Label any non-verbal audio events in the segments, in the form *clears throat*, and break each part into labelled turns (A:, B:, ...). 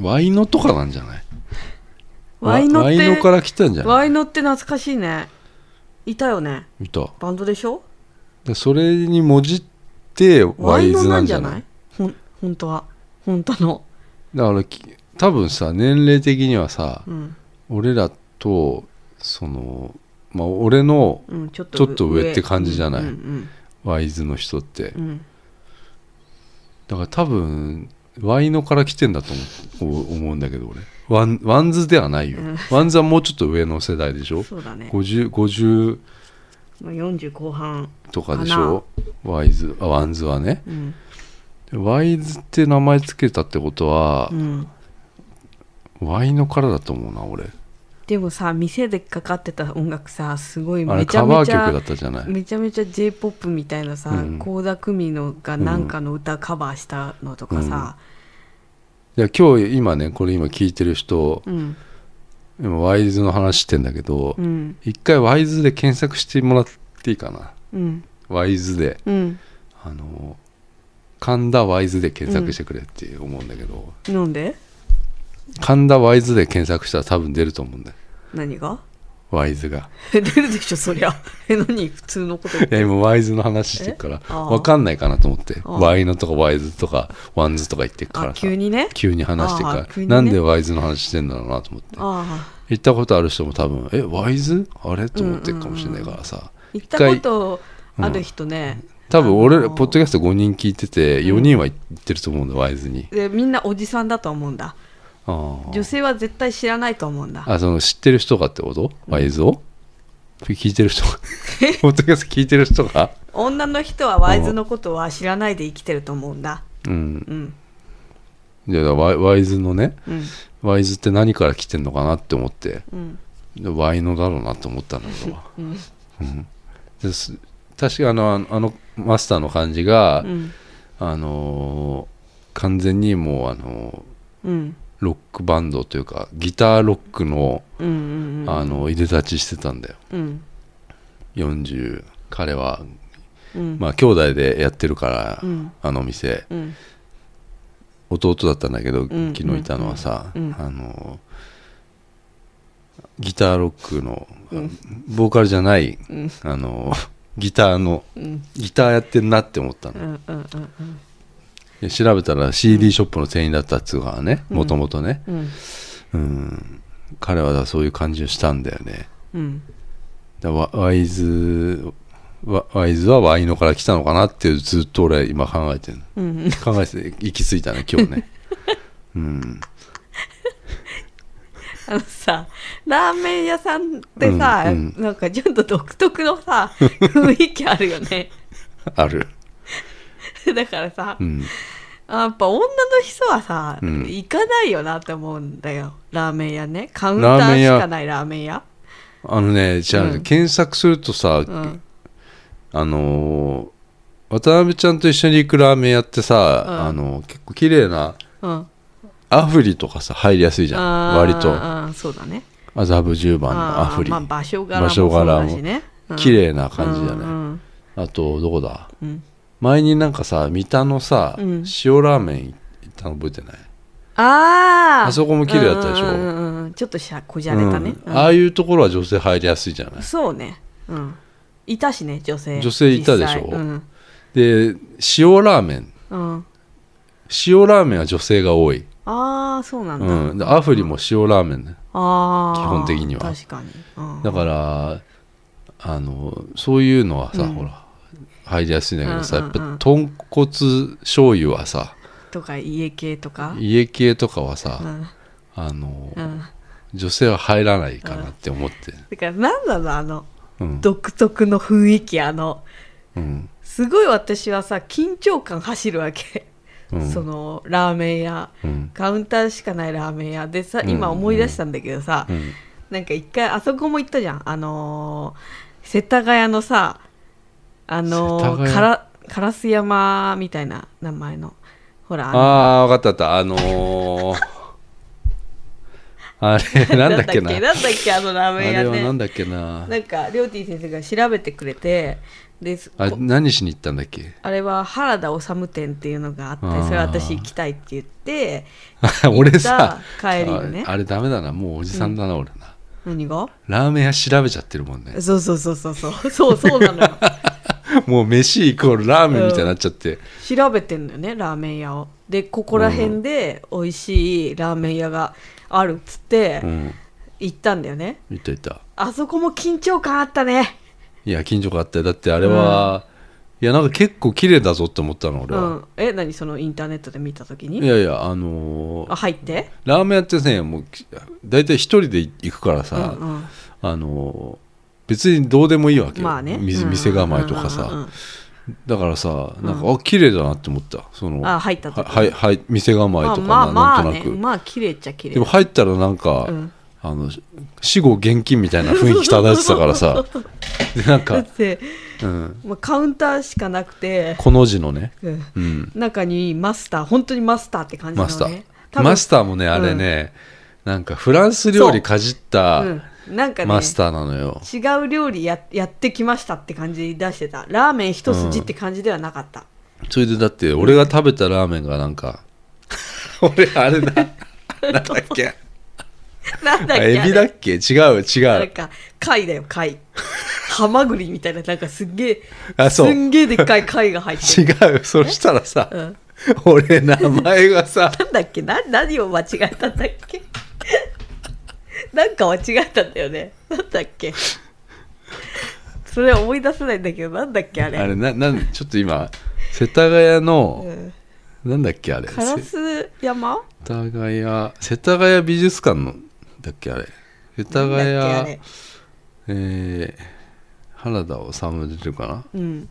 A: ワイノとかなんじゃない
B: ワイノって
A: ワイノから来たんじゃない
B: ワイノって懐かしいねいたよね
A: 見た
B: バンドでしょ
A: でそれにもじってワ
B: ワ
A: イ
B: イノ
A: ズ
B: な
A: なん
B: ん
A: じ
B: じ
A: ゃ
B: ゃ
A: な
B: ないいほん本当は本当の
A: だからき多分さ年齢的にはさ、
B: うん
A: 俺らとそのまあ俺の
B: うんちょっと
A: ちょっと上って感じじゃない
B: うんうん
A: ワイズの人って
B: うんうん
A: だから多分ワイノから来てんだと思う思うんだけど俺ワンワンズではないよ、
B: うん
A: ワンズはもうちょっと上の世代でしょ
B: そうだね
A: 50, 50
B: まあ40後半
A: とかでしょワイズあワンズはね
B: うん
A: ワイズって名前つけたってことは
B: う、ん
A: ワイノからだと思うな俺
B: でもさ店でかかってた音楽さすごい
A: あれ
B: めち
A: カ
B: ゃ
A: バ
B: め
A: ー
B: ち
A: 曲だ
B: ゃ
A: ったじゃない
B: めちゃめちゃ j p o p みたいなさ
A: うん
B: 倖、田來未のがなんかの歌カバーしたのとかさ、
A: いや今日今ねこれ今聞いてる人
B: うん
A: 今ワイズの話してんだけど、
B: うん
A: 一回ワイズで検索してもらっていいかな
B: うん
A: ワイズで
B: うん、
A: あの神田ワイズで検索してくれって思うんだけど、
B: なんで
A: 神田ワイズで検索したら多分出ると思うんだよ
B: 何が
A: ワイズが
B: *laughs* 出るでしょそ
A: *laughs*
B: りゃえ何普通のこと言っ
A: い
B: て
A: や今ワイズの話してるから
B: えあー
A: 分かんないかなと思って
B: あー
A: ワイノとかワイズとかワンズとか言ってっからさ
B: あ急にね
A: 急に話してるから
B: あー急にね
A: なんでワイズの話してんだろうなと思って
B: ああ
A: 行ったことある人も多分えワイズあれと思ってるかもしれないからさ、
B: 行ったことある人ね、
A: 多分俺ら、
B: あのー
A: ポッドキャスト5人聞いてて4人は行ってると思うんだ、ワイズに
B: でみんなおじさんだと思うんだ
A: あー
B: 女性は絶対知らないと思うんだ
A: あその知ってる人がってことワイズを、聞いてる
B: *laughs*
A: 人がポッドキャスト聞いてる人が
B: 女の人はワイズのことは知らないで生きてると思うんだ
A: うん
B: うん
A: じゃあワイワイズのね
B: うん
A: ワイズって何から来てんのかなって思って
B: うん
A: でワイのだろうなと思ったんだけど、うんです確かあのあのあのマスターの感じが、
B: うん
A: あのー完全にもうあの
B: うん
A: ーロックバンドというかギターロックの
B: うんうんうん
A: あのいでたちしてたんだよ
B: うん
A: 40彼は
B: うん
A: まあ兄弟でやってるから、
B: うん
A: あの店
B: うん
A: 弟だったんだけど、
B: ん
A: 昨日いたのはさ、
B: うん
A: あのギターロックの、ボーカルじゃない、あのギターの
B: うん
A: ギターやってんなって思ったの
B: う、んうんうんうん
A: で調べたら CD ショップの店員だったっつうからねもともとね
B: うん
A: うん彼はだからそういう感じをしたんだよね
B: うん
A: だワワイズワワイズはワイノから来たのかなっていうずっと俺今考えてるの
B: うん
A: 考えて行き着いたね今日
B: *laughs*
A: ねうん
B: あのさラーメン屋さんってさ、
A: うん
B: なんかちょっと独特の
A: *laughs*
B: さ雰囲気あるよね
A: ある
B: だからさ、
A: うん
B: あやっぱ女の人はさ、
A: うん
B: 行かないよなって思うんだよラーメン屋ねカウンターしかないラーメン屋
A: あのねじゃあ、
B: うん
A: 検索するとさ、
B: うん
A: あのー渡辺ちゃんと一緒に行くラーメン屋ってさ、
B: うん
A: あの結構綺麗な
B: うん
A: アフリとかさ入りやすいじゃん
B: あー
A: 割と
B: あーそうだね
A: 麻布十番のア
B: あ
A: フ
B: ー
A: リ、
B: まあ場所柄も
A: 場所
B: そう
A: 柄も
B: だしねうん
A: 綺麗な感じじゃない、
B: うん
A: あとどこだ
B: うん
A: 前になんかさ三田のさ、
B: うん
A: 塩ラーメン行ったの覚えてない
B: あー
A: あそこも綺麗だったでしょ
B: うんうんうんうんちょっとしゃこじゃれたね、
A: う
B: うんん
A: ああいうところは女性入りやすいじゃない
B: そうねうんいたしね女性
A: 女性いたでしょ
B: 実際うん
A: で塩ラーメン
B: うん、
A: 塩ラーメンは女性が多い、
B: ああそうなん
A: う
B: だ、
A: ん、でアフリも塩ラーメンね
B: ああ
A: 基本的には
B: 確かに、うん、
A: だからあのそういうのはさ、
B: うん
A: ほら入りやすいんだけどさ、
B: うんうんうん
A: やっぱ豚骨醤油はさ
B: とか家系とか
A: 家系とかはさ、
B: うん
A: あの、
B: うん
A: 女性は入らないかなって思って、
B: だからなんなのあの
A: うん
B: 独特の雰囲気あの
A: うん
B: すごい私はさ緊張感走るわけ、
A: うん
B: そのラーメン屋
A: うん
B: カウンターしかないラーメン屋でさ
A: うん
B: 今思い出したんだけどさ、
A: うん
B: なんか一回あそこも行ったじゃんあのー世田谷のさあの
A: 世田
B: ー
A: 谷
B: から烏山みたいな名前のほらあの
A: ああ分かった分かったあのーあ
B: *laughs*
A: れなんだっけな
B: なんだっけあのラ
A: あ
B: ーメ
A: れ
B: ン屋
A: はなん
B: ね
A: だっけな
B: なんかりょうてぃ先生が調べてくれてです
A: あ
B: こ
A: 何しに行ったんだっけ *laughs*
B: あれは原田治店っていうのがあって
A: あー
B: それ私行きたいって言って
A: 俺さ
B: 行った帰りにね
A: ああれダメだなもうおじさんだな、俺な
B: 何が
A: ラーメン屋調べちゃってるもんね
B: そうそうそうそうそう *laughs* そうそうなのよ
A: もう飯イコールラーメンみたいになっちゃって、
B: 調べてんのよねラーメン屋をでここら辺で美味しいラーメン屋があるっつって
A: うん
B: 行ったんだよね
A: いたいた
B: あそこも緊張感あったね
A: いや近所があったよだってあれは、いやなんか結構綺麗だぞって思ったの俺
B: う
A: は、
B: んえ何そのインターネットで見た時
A: い
B: に
A: やいやあのー
B: あ入って
A: ラーメン屋ってねもうき大体一人で行くから
B: うん
A: さ、
B: うん
A: あのー別にどうでもいいわけよ、
B: まあね
A: 店
B: うん
A: 店構えとかさ、
B: うんうんうん
A: だからさなんか、
B: う
A: あ綺麗だなって思ったその
B: あ入った時
A: ははいはい店構え
B: まあ
A: とか
B: まあ
A: な
B: まあ
A: なん
B: ね
A: となく、
B: まあ綺麗っちゃ綺麗
A: でも入ったらなんか、
B: うん
A: あの死後現金みたいな雰囲気漂ってたからさ
B: *laughs*
A: でなん
B: だ
A: か、
B: って、
A: うん、
B: まあ、カウンターしかなくて、
A: この字のね、
B: うん
A: うん、
B: 中にマスター本当にマスターって感じの
A: マ
B: ね
A: スター
B: 多分
A: マスターもねあれね、なんかフランス料理かじった
B: うん、なんかね
A: マスターなのよ、
B: 違う料理ややってきましたって感じ出してたラーメン一筋って感じではなかった、
A: それでだって俺が食べたラーメンがなんか *laughs* 俺あれななんだっけ
B: なんだ
A: *laughs*
B: っ
A: あ
B: け
A: *laughs* エビだ
B: あれ
A: っけ違う違
B: なん
A: う
B: か貝だよ貝ハマグリみたいななんかすっげえ
A: あそう
B: すんげえでっかい貝が入ってる、
A: 違うそ *laughs* したらさ、
B: うん、
A: 俺名前がさ
B: なんだっけな何を間違えたんだっけ *laughs* なんか間違えたんだよねなんだっけ *laughs* それ思い出せないんだけどなんだっけあれ
A: あれななんちょっと今世田谷
B: う
A: の、
B: ん、
A: なんだっけあれ
B: 烏山
A: 世田谷世田谷美術館のだっけあれ世田谷
B: なんだっけあれ
A: えー、原田治出てるか
B: うん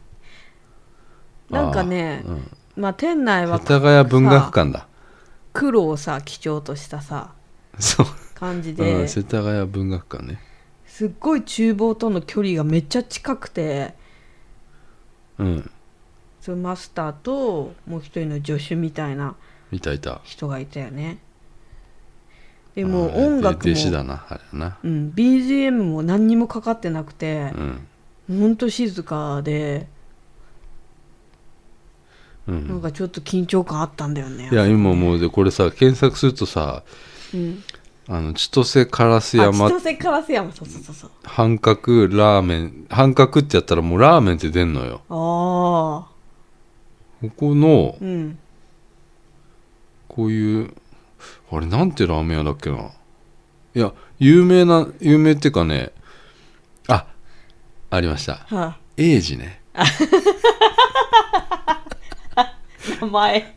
A: な
B: なんかね
A: あーうん
B: まあ店内は
A: 世田谷文学館だ
B: 黒をさ基調としたさ
A: そう、
B: 感じ
A: う
B: で
A: ん、世田谷文学館ね
B: すっごい厨房との距離がめっちゃ近くて
A: うん
B: そのマスターともう一人の助手みたいない
A: たいた
B: 人がいたよねでも
A: うん
B: 音楽
A: で弟子
B: も、
A: だなあれな
B: うん BGM も何にもかかってなくて
A: う、ん
B: ほんと静かで
A: う
B: なん
A: ん
B: かちょっと緊張感あったんだよね
A: いや今もうでこれさ検索するとさ
B: うん、
A: あの千歳烏
B: あ千
A: 山
B: 歳烏山そうそうそうそう
A: 半角ラーメン半角ってやったらもうラーメンって出んのよ
B: ああ
A: ここの
B: うん
A: こういうあれなんてラーメン屋だっけないや有名な有名っていうかねあありました
B: はい、
A: 英治ね
B: 名 *laughs* 前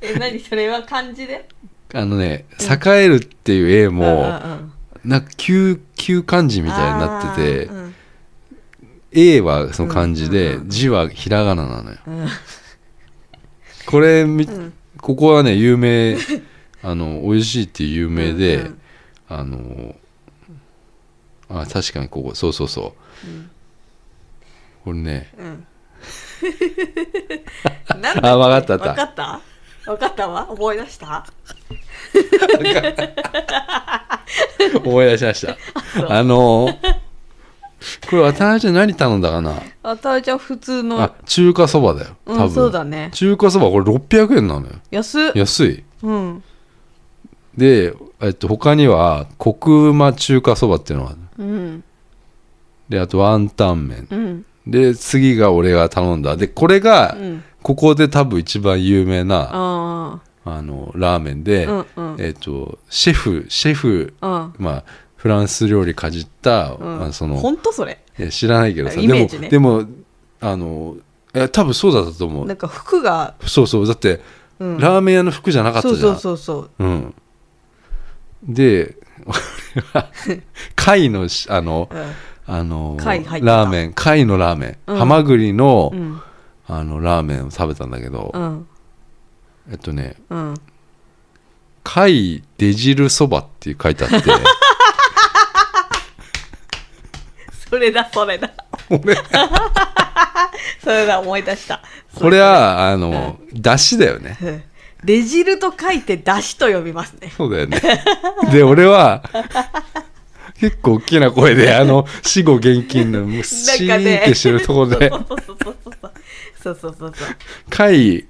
B: え何それは漢字で
A: あのね栄えるっていう英も
B: んん
A: なんか旧旧漢字みたいになってて *laughs*
B: あーうん
A: 英はその漢字
B: う
A: で
B: んうん
A: 字はひらがななのよ
B: うん
A: これみ
B: ん
A: ここはね有名あの美味しいっていう有名で、
B: うんうん
A: あのあ確かにここそうそうそう、
B: うん
A: これね *laughs*
B: うん、なんだ
A: あ分かった分かっ
B: わか
A: た
B: ったわかったわ思い出した
A: 思い出しました
B: そう
A: あのこれ渡辺ちゃん何頼んだかな
B: あたえちゃん普通の
A: あ中華そばだよ多
B: う
A: 分、
B: んそうだね
A: 中華そばこれ600円なのよ
B: 安っ
A: 安い
B: うん
A: で、えっと、他にはコクうま中華そばっていうのがある
B: うん
A: であとワンタン麺
B: うん
A: で次が俺が頼んだでこれが
B: うん
A: ここで多分一番有名な、
B: あ
A: あのラーメンで、
B: あうんうん
A: えっ、とシェフシェフ
B: うん
A: まあフランス料理かじった、
B: うん
A: あのその
B: 本当それ
A: いや知らないけどさ、
B: イメージね
A: でもでもあのいや多分そうだったと思
B: なん
A: う
B: か服が、
A: そうそうだって、
B: うん、
A: ラーメン屋の服じゃなかったじ
B: そ
A: ゃ
B: うんそうそうそう
A: うん、で *laughs* 俺は貝のしあの
B: う
A: あの
B: 貝入ってた
A: ラーメン貝のラーメン、
B: うん
A: ハマグリの,、
B: ん
A: あのラーメンを食べたんだけど、
B: うん
A: えっとね
B: うん
A: 貝出汁そばって書いてあって
B: *laughs* それだそれだ
A: 俺
B: それだ思い出した
A: これはあの、出汁だよね
B: うん出汁と書いて出汁と呼びますね
A: そうだ
B: *laughs*
A: よね。で、俺は、結構大きな声で、あの、死後現金の、もうシーンってしてるところで、
B: そうそうそうそうそうそうそう
A: 貝、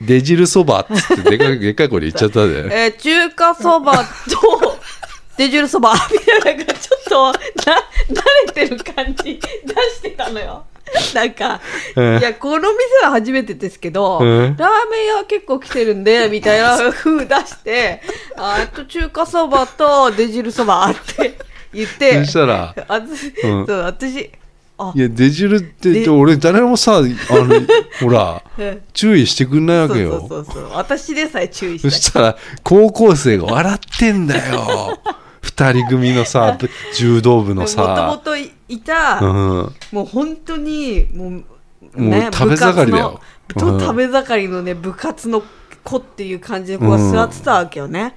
A: 出汁そばっつって、でかい、でかい声で言っちゃったんだよね。
B: えー中華そばと出汁そばみたいななんかちょっとな慣れてる感じ出してたのよなんか、
A: うん
B: いやこの店は初めてですけど、
A: うん
B: ラーメン屋結構来てるんでみたいな風出
A: *laughs*
B: してああと中華そばと出汁そばって言って
A: そ *laughs* したら、
B: あず、
A: うん
B: そう私あ
A: いや、出汁って、
B: で
A: 俺、誰もさ、あの、ほら、
B: うん
A: 注意してくんないわ
B: そう
A: け
B: そ
A: よ。
B: うそうそう私でさえ注意
A: そ
B: した
A: したら、高校生が笑ってんだよ。二人組のさ、ぶ柔道部の
B: もとも
A: さ、
B: といいた、
A: うん。
B: もう本当にもう、
A: もう食べ盛りだよ
B: 部活の
A: うん
B: と食べ盛りのね部活の子っていう感じの子が座ってたわけよね、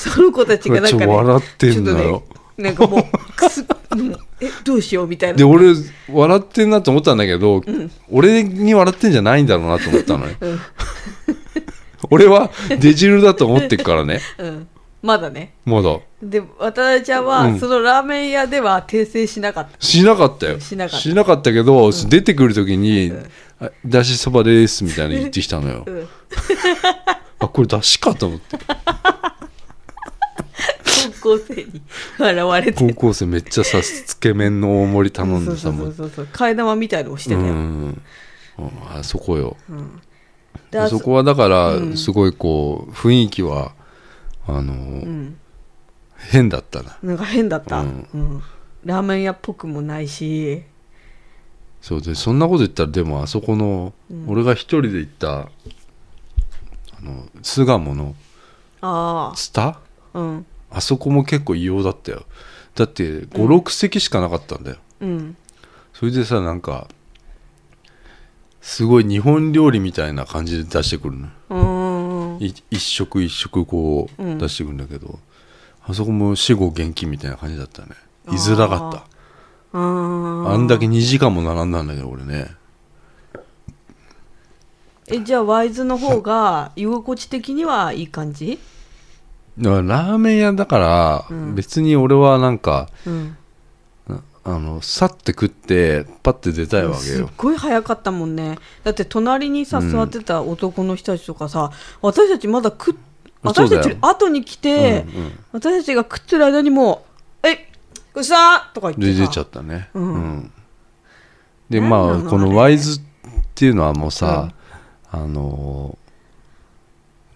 B: その子たちがなんか、ね、
A: ちょっと笑ってんだよ
B: ちょっとねなんかもうくすもうえどうしようみたいな
A: で、俺、笑ってんなと思ったんだけど、俺に笑ってんじゃないんだろうなと思ったのね。
B: うん
A: *laughs* 俺は出汁だと思ってっからね、
B: うん、まだね
A: まだ。
B: で渡辺ちゃんは、
A: うん
B: そのラーメン屋では訂正しなかった
A: しなかったよ。
B: しなかった
A: けど、出てくるときに、あだしそばですみたいに言ってきたのよ。
B: うん
A: *laughs* あ、これだしかと思
B: *laughs*
A: って。
B: 高校生に笑われて
A: 高校生めっちゃさ、つけ麺の大盛り頼んでさ、
B: そうそ
A: も
B: う
A: う。
B: そうそう替え玉みたいのをして
A: う
B: たよ、
A: ん。うんあそこよ。
B: であ
A: そこはだから、すごいこう、雰囲気は、あの、
B: うん、
A: 変だったな。
B: なんか変だった、
A: うん
B: うんラーメン屋っぽくもないし
A: そうでそんなこと言ったらでもあそこの、俺が一人で行ったあの巣鴨の
B: あ
A: ツタ
B: あうん
A: あそこも結構異様だったよだって56席しかなかったんだよ、
B: うん
A: それでさなんかすごい日本料理みたいな感じで出してくるの
B: うーん
A: い一食一食こう
B: うん
A: 出してくるんだけど、あそこも死後現金みたいな感じだったね
B: あー
A: 居づらかった
B: あー
A: あんだけ2時間も並んだんだけど俺ね
B: えじゃあワイズの方が居心地的にはいい感じ
A: だからラーメン屋だから、
B: うん
A: 別に俺はなんか
B: うん
A: なあのさって食ってパッて出たいわけ
B: すっ
A: よ
B: ごい早かったもんねだって隣にさ座ってた男の人たちとかさ、私たちまだ食っ
A: そう
B: 私
A: だよ
B: たちより後に来て、
A: うんうん
B: 私たちが食ってる間にもう「えごちそうさん!」とか言
A: で
B: って
A: 出
B: さ
A: ちゃったね、
B: うん
A: で
B: なん
A: ま
B: な
A: あ
B: の
A: こ
B: あ
A: の
B: れ
A: ワイズっていうのはもうさ、あのー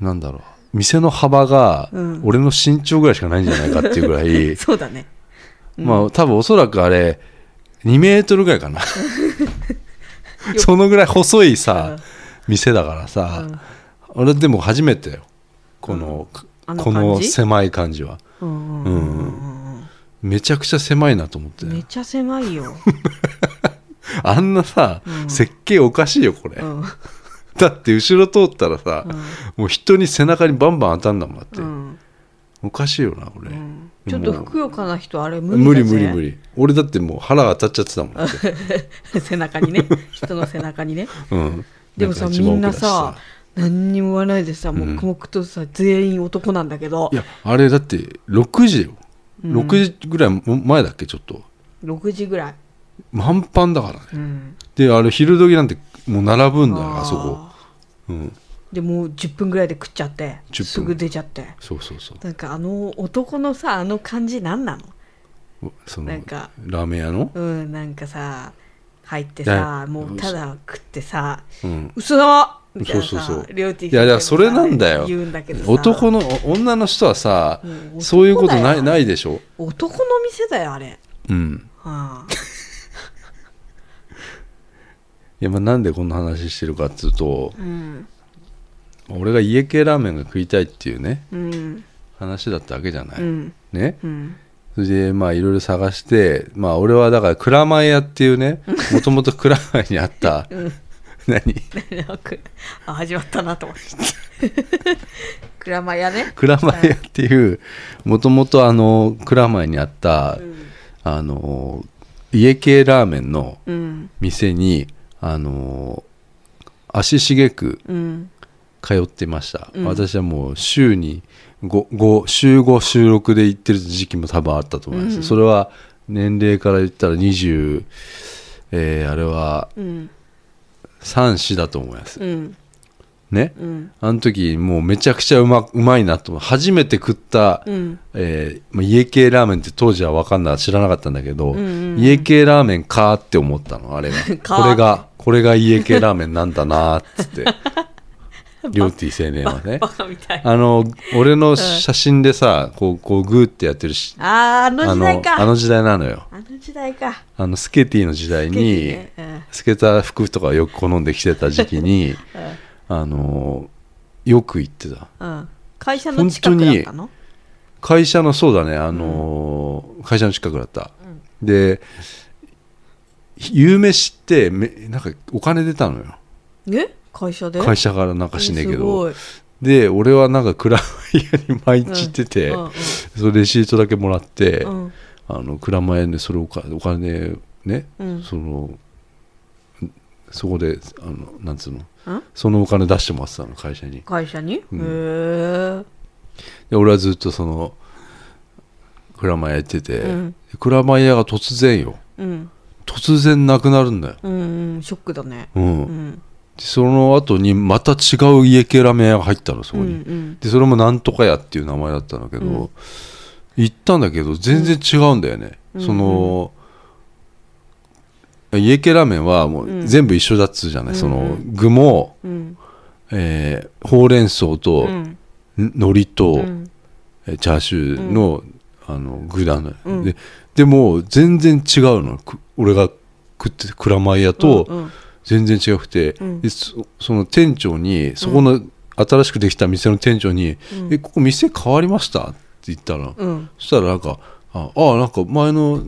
A: なんだろう店の幅が
B: うん
A: 俺の身長ぐらいしかないんじゃないかっていうぐらい、
B: *laughs* そうだね
A: まあ多分おそらくあれ2メートルぐらいかな *laughs* そのぐらい細いさ、店だからさ、俺でも初めてよこの,、
B: あの
A: こ
B: 感
A: の
B: じ
A: 狭い感じは
B: うんうんうんうんうん
A: めちゃくちゃ狭いなと思って
B: めちゃ狭い
A: *laughs*
B: よ、
A: あんなさ、
B: うん
A: 設計おかしいよこれ、
B: うん
A: だって後ろ通ったらさ、もう人に背中にバンバン当たんだもんだって、
B: うん
A: おかしいよなこれ、
B: うん、ちょっとふくよかな人あれ
A: 無
B: 無
A: 理
B: 理だぜ
A: 無理無理俺だってもう腹が当たっちゃってたもんだって、
B: *laughs* 背
A: *laughs*
B: 中にね人の背中にね
A: うん、
B: でも
A: か
B: さみ
A: 一番
B: んな
A: 奥だし
B: さ何にも言わないでさ黙々とさ、全員男なんだけど
A: いやあれだって6時よ6時ぐらい前だっけちょっと
B: 6時ぐらい、
A: 満帆だからね
B: うん、
A: であれ昼時なんてもう並ぶんだよ
B: ー
A: あそこうん
B: でもう10分ぐらいで食っちゃって
A: 10分
B: すぐ出ちゃって
A: そうそうそう
B: なんかあの男のさあの感じ何なの
A: その
B: なんか
A: ラーメン屋の、
B: うんなんかさ入って
A: だ
B: さもうただ食ってさ
A: うん、
B: 嘘だみたいな
A: そうそう
B: さ
A: そう
B: 両手
A: いやいやそれなんだよ
B: 言うんだけどさ
A: 男の女の人はさ
B: もう
A: そういうことな
B: 男だ
A: い
B: よ
A: ないでしょ、
B: 男の店だよあれ、
A: うん、
B: はあ、
A: いやまあなんでこんな話してるかっつうと
B: うん
A: 俺が家系ラーメンが食いたいっていうね
B: うん
A: 話だったわけじゃない、
B: うん
A: ね
B: うん
A: それでまあいろいろ探してまあ俺はだから蔵前屋っていう
B: *laughs*
A: ねもともと蔵前にあった、何
B: なんかあ始まったなと思って
A: *laughs*
B: 蔵前屋ね
A: 蔵前屋っていうもともとあの蔵前にあった、あの家系ラーメンの
B: うん
A: 店にあの足しげく
B: うん
A: 通ってました、
B: うん
A: 私はもう週にごご週5週6で行ってる時期も多分あったと思います、
B: うん
A: それは年齢から言ったら20えーあれは
B: うん
A: 34だと思います
B: うん
A: ね
B: うん
A: あの時もうめちゃくちゃうまうまいなと思う初めて食った、
B: うん
A: えーまあ、家系ラーメンって当時は分かんない知らなかったんだけど、
B: うんうん
A: 家系ラーメンかーって思ったのあれが
B: *laughs* かー
A: これがこれが家系ラーメンなんだなーっつって
B: *laughs*
A: りょうてぃ青年はね
B: バカみたいあ
A: あの俺の写真でさ、こうこうグーってやってるし
B: あーあの時代か
A: あのあの時代なのよ
B: あの時代か
A: あのスケティの時代に、
B: ねうん
A: 透けた服とかよく好んで着てた時期
B: *laughs*
A: にあのよく行ってた
B: うん会社の近くだったの
A: 会社のそうだねあのー、会社の近くだった、で夕飯ってめなんかお金出たのよ
B: え会社で
A: 会
B: 社
A: 社からなんかしねえけ
B: すご
A: ど
B: い
A: で俺はなんか蔵前屋に毎日行ってて、
B: うんうん
A: そのレシートだけもらって、
B: うん
A: あの蔵前でそれをかお金ね、
B: うん
A: そのんそこであのなんつうの
B: うん
A: そのお金出してもらってたの会社に
B: 会社にへ
A: うん
B: え
A: で俺はずっとその蔵前やってて、
B: うん
A: 蔵前屋が突然よ
B: うん
A: 突然なくなるんだよ、
B: うんうんショックだね
A: うん
B: うん
A: でその後にまた違う家系ラーメン屋が入ったのそこに、
B: うん
A: でそれもなんとか屋っていう名前だったんだけど、
B: うん
A: 行ったんだけど全然違うんだよね、
B: うん
A: その、家系ラーメンはも
B: う
A: うん全部一緒だっつうじゃない、そ
B: うんう
A: の
B: ん
A: 具も、
B: うん
A: えーほうれん草と、
B: うん
A: ん海苔と、
B: うん
A: えーチャーシューの,、あの具なのよ、
B: うん
A: ででも全然違うのく俺が食ってた蔵前屋と、
B: うん
A: 全然違くて、
B: うん
A: でそその店長にそこの新しくできた店の店長に「
B: うん
A: えここ店変わりました?」って言ったら、
B: うん
A: そしたらなんか「ああなんか前の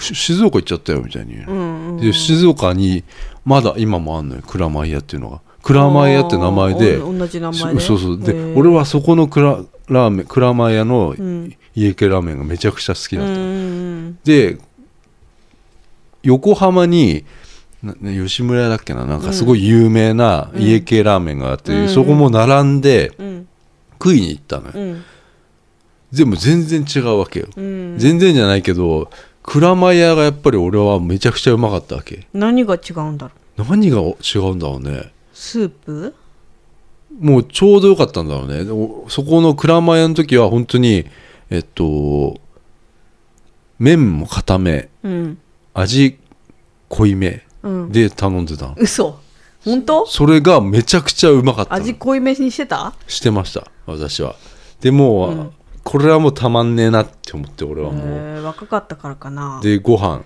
A: し静岡行っちゃったよ」みたいに言うの、
B: うんうん
A: で静岡にまだ今もあんのよ蔵前屋っていうのが蔵前屋って名前で
B: あーお同じ名前で
A: そうそうそうで
B: へー
A: 俺はそこの蔵ラーメン蔵前屋の
B: うん
A: 家系ラーメンがめちゃくちゃ好きだったの、
B: うん
A: で横浜になね吉村屋だっけななんかすごい有名な
B: うん
A: 家系ラーメンがあって、
B: うん
A: そこも並んで
B: うん
A: 食いに行ったのよ、
B: うん
A: でも全然違うわけよ、
B: うん
A: 全然じゃないけど蔵前屋がやっぱり俺はめちゃくちゃうまかったわけ
B: 何が違うんだろう
A: 何が違うんだろうね
B: スープ
A: もうちょうどよかったんだろうねでおそこの蔵前屋の時は本当にえっと麺も固め
B: うん
A: 味濃いめ
B: うん
A: で頼んでたの
B: 嘘本当
A: それがめちゃくちゃうまかったの
B: 味濃いめにしてた
A: してました私はでもう、
B: うん
A: これはもうたまんねえなって思って俺
B: え
A: はもう
B: ー若かったからかな
A: でご飯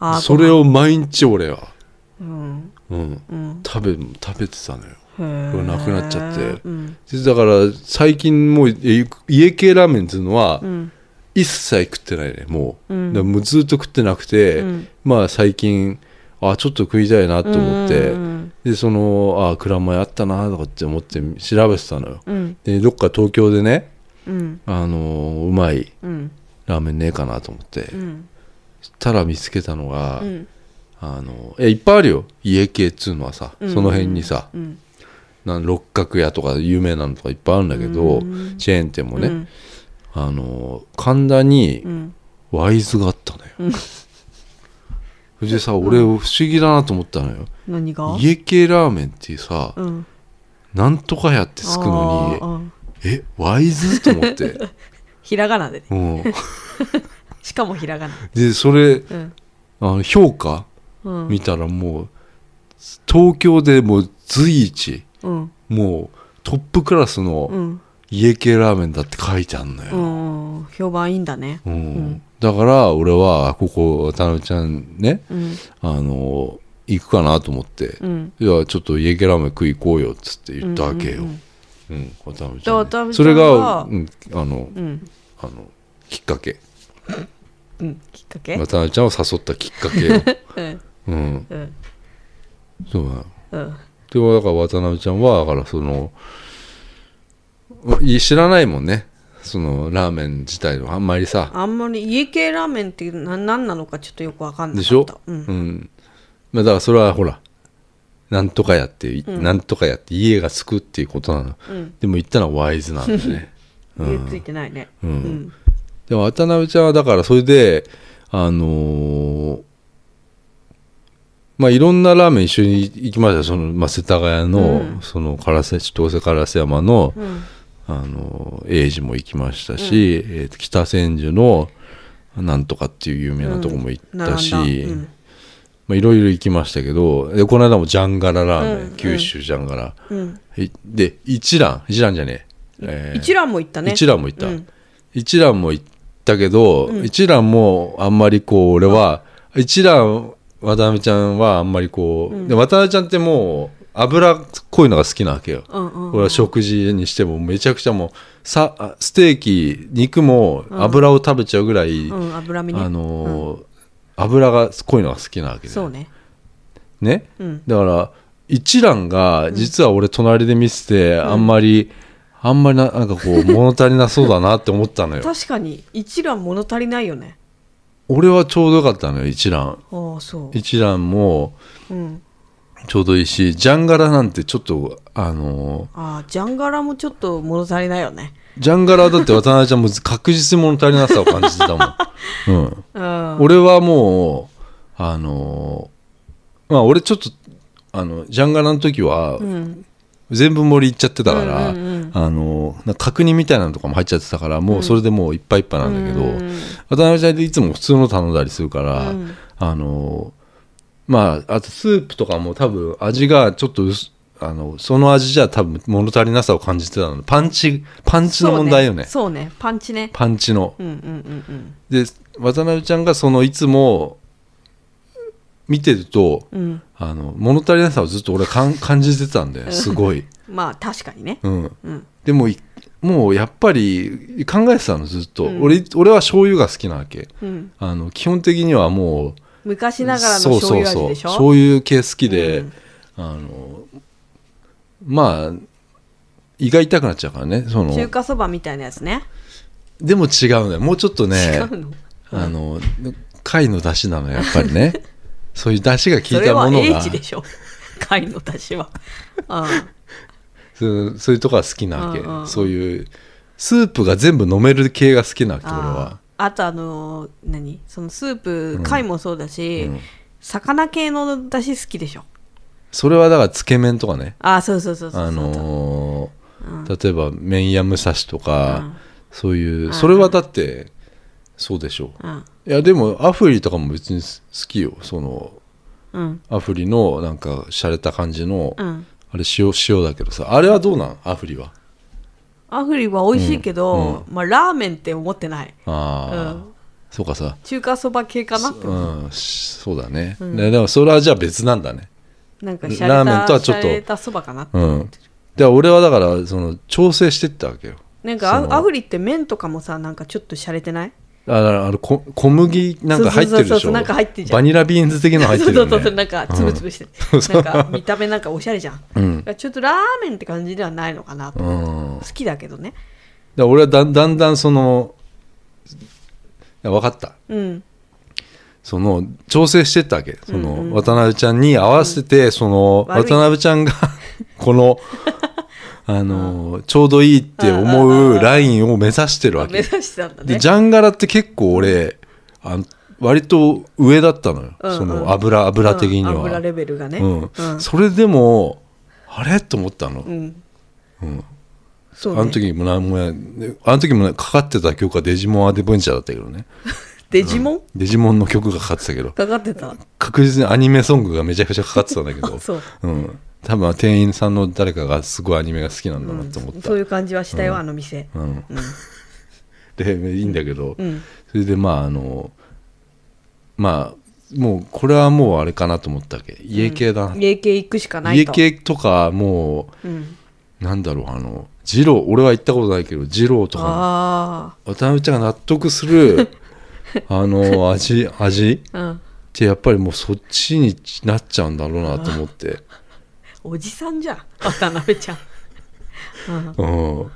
B: あー
A: それを毎日俺は、
B: ご飯うん
A: うん、
B: うん
A: 食べ食べてたのよ
B: へえ
A: これなくなっちゃって
B: うん
A: でだから最近もうえ家系ラーメンっていうのは
B: うん
A: 一切食ってないねもう,、
B: うん
A: だからもうずっと食ってなくて、
B: うん
A: まあ最近あちょっと食いたいなと思って、
B: うん
A: でそのあ蔵前あったなとかって思って調べてたのよ
B: うん
A: でどっか東京でね
B: うん
A: あのーうまい
B: うん
A: ラーメンねえかなと思って、
B: うんうん
A: そしたら見つけたのが、
B: うん
A: あのいやいっぱいあるよ家系っつうのはさ、
B: うん
A: その辺にさ
B: うん
A: なん六角屋とか有名なのとかいっぱいあるんだけど、
B: うん
A: チェーン店もね、
B: うん
A: あのー神田に
B: うん
A: ワイズがあったのよ、 *laughs* それでさ俺不思議だなと思ったのよ、
B: 何が
A: 家系ラーメンってさ、
B: うん
A: なんとか屋ってつくの
B: あーうん
A: にえワイズと思
B: *laughs*
A: って、
B: ひらがなでね
A: うん、
B: しかもひらがな
A: *laughs* でそれ
B: うん
A: あの評価
B: うん
A: 見たらもう東京でもう随一
B: うん
A: もうトップクラス
B: う
A: の
B: ん
A: 家系ラーメンだって書いてあんの
B: う
A: よ、
B: ん評判いいんだね
A: うん
B: ん
A: だから俺はここ渡辺ちゃんね
B: うん
A: あの行くかなと思って
B: う、ん
A: いやちょっと家系ラーメン食い行こうよっつって言ったわけよ、う
B: うんん
A: 渡辺ち
B: で
A: ゃん,、
B: 渡辺ちゃんが
A: それが、うん、あの
B: うんうん
A: あのきっかけ
B: うんうんきっかけ
A: 渡辺ちゃんを誘ったきっかけよ、
B: *laughs* うん
A: うん、
B: うん
A: そうなの
B: うん
A: でもだから渡辺ちゃんはだからそのい知らないもんねそのラーメン自体のあんまりさ
B: あんまり家系ラーメンってな何なのかちょっとよくわかんない
A: でしょ
B: うん
A: うんまあだからそれはほらなんとかやって、いなんとかやって家がつくっていうことなの、
B: うん
A: でも行ったのはワイズなんでね、 *laughs* う
B: 家
A: ん、
B: ついてないね
A: うん
B: うん
A: でも渡辺ちゃんはだからそれであのーまあいろんなラーメン一緒に行きましたよその、まあ、世田谷の、
B: うん
A: その烏瀬千歳烏山の、
B: うん
A: あのー英治も行きましたし、えーと北千住のなんとかっていう有名なとこも行ったし、
B: 並んだうん
A: まあ、いろいろ行きましたけどでこの間もジャンガララーメン、
B: うん
A: 九州ジャンガラ、
B: うん
A: いで一蘭一蘭じゃねええー
B: 一蘭も行ったね
A: 一蘭も行った、
B: うん
A: 一蘭も行ったけど、一蘭もあんまりこう俺は一蘭渡辺ちゃんはあんまりこう、で渡辺ちゃんってもう脂っこいのが好きなわけよ、
B: うんうん
A: 俺は食事にしてもめちゃくちゃもうさあステーキ肉も油を食べちゃうぐらい、
B: うん脂身ね
A: あのー油が濃いのが好きなわけだ
B: そ
A: よ
B: うね
A: ね
B: うん
A: だから一蘭が実は俺隣で見てて、あんまりあんまりななんかこう物足りなそうだなって思った
B: *laughs*
A: のよ
B: 確かに一蘭物足りないよね
A: 俺はちょうどよかったのよ一蘭
B: ああそ
A: 一蘭も
B: ううん
A: ちょうどいいしジャンガラなんてちょっとあの
B: ああジャンガラもちょっと物足りないよね
A: ージャンガラだって渡辺ちゃんも確実に物足りなさを感じてたも
B: *laughs*
A: ん、うん、
B: うん
A: 俺はもうあのーまあ俺ちょっとあのジャンガラの時は
B: うん
A: 全部盛りいっちゃってたから、
B: うんうんうん
A: あのーなんか角煮みたいなのとかも入っちゃってたからもうそれでもういっぱいいっぱいなんだけど、
B: うん
A: 渡辺ちゃんっていつも普通の頼んだりするから、
B: うん
A: あのまああとスープとかも多分味がちょっと薄あのその味じゃ多分物足りなさを感じてたのでパンチパンチの問題よね
B: そうねそうねパンチね
A: パンチの
B: うんうんうん
A: で渡辺ちゃんがそのいつも見てると
B: うんうん
A: あの物足りなさをずっと俺は
B: *laughs*
A: 感感じてたんだよすごい、
B: まあ確かにね
A: うん、
B: うん
A: でもいもうやっぱり考えてたのずっと、
B: うん
A: 俺俺は醤油が好きなわけ
B: うん
A: あの基本的にはもう
B: 昔ながらの醤油味でしょ
A: そうそうそう醤油系好きで、
B: うん
A: あのまあ胃が痛くなっちゃうからねその
B: 中華そばみたいなやつね
A: でも違うのよもうちょっと
B: 違
A: ね
B: うの
A: あの貝の出汁なのよやっぱりね
B: *laughs*
A: そういう出汁が効
B: そ
A: い
B: れ
A: た
B: は
A: ものが
B: H でしょ *laughs* 貝の出汁は
A: *laughs*
B: う
A: そうそういうとこが好きなわけ、
B: うんうん
A: そういうスープが全部飲める系が好きなわけ
B: ん
A: 俺は
B: あーあとあのー何そのスープ貝もそうだし、
A: うん
B: 魚系の出汁好きでしょ
A: それはだからつけ麺とかね
B: あーそうそうそうそうそう
A: あの
B: うん
A: ー例えば麺屋武蔵とか、
B: うん
A: そういう
B: うん
A: それはだってそうでしょう
B: うん
A: いやでもアフリとかも別に好きよその
B: うん
A: アフリのなんか洒落た感じの、
B: うん
A: あれ塩塩だけどさあれはどうなんアフリは
B: アフリは美味しいけど、まあラーメンって思ってない
A: ああ、
B: うん
A: そうかさ
B: 中華そば系かなって
A: うんしそうだね、ででもそれはじゃあ別なんだね
B: なんか
A: ラ
B: シャレた
A: ーメンとはちょっと
B: シャレたそばかなって
A: うんで俺はだからその調整してったわけよ
B: なんか
A: その
B: アアフリって麺とかもさなんかちょっと洒落てない
A: あだからあのこ小麦なんか入ってるで
B: そうそう
A: し
B: そう
A: ょ
B: なんか入ってるじゃん
A: バニラビーンズ的なの入ってる
B: そ
A: よ、
B: う
A: ね、
B: *laughs* そうそうなんかつぶつぶしてる、
A: うんそうそう
B: なんか見た目なんかおしゃれじゃん、
A: うん
B: ちょっとラーメンって感じではないのかなと、
A: うん
B: 好きだけどね
A: だから俺はだんだんだんそのいや分かった
B: うん
A: その調整してったわけその、渡辺ちゃんに合わせて、その
B: 悪い
A: 渡辺ちゃんが *laughs* こ
B: *laughs*
A: のあの、ちょうどいいって思うラインを目指してるわ
B: 目
A: け
B: 指してたんだ
A: で
B: ね
A: ジャンガラって結構俺あの割と上だったのよ、
B: うんうん
A: その油油的には、
B: うん油レベルがね
A: うん
B: うん
A: それでもあれと思ったの、
B: うん
A: ん
B: そうね
A: あの時も何もやあの時もかかってた曲はデジモンアデベンチャーだったけどね
B: デジモン
A: デジモンの曲がかかってたけど
B: かかってた
A: 確実にアニメソングがめちゃくちゃかかってたんだけど
B: *laughs* あそう、
A: ん、多分店員さんの誰かがすごいアニメが好きなんだなと思った、
B: そういう感じはしたよ、あの店
A: うん *laughs* でいいんだけど、
B: うん
A: それでまああのまあもうこれはもうあれかなと思ったわけ家系だな、
B: 家系行くしかない
A: 家
B: と
A: 系とかも
B: うん
A: うなんだろうあの二郎俺は行ったことないけど二郎とか
B: あ
A: 渡辺ちゃんが納得す
B: *laughs*
A: るあの味味
B: あうん
A: ってやっぱりもうそっちになっちゃうんだろうなと思
B: *laughs*
A: って。
B: おじさんじゃん渡辺ちゃん
A: うん、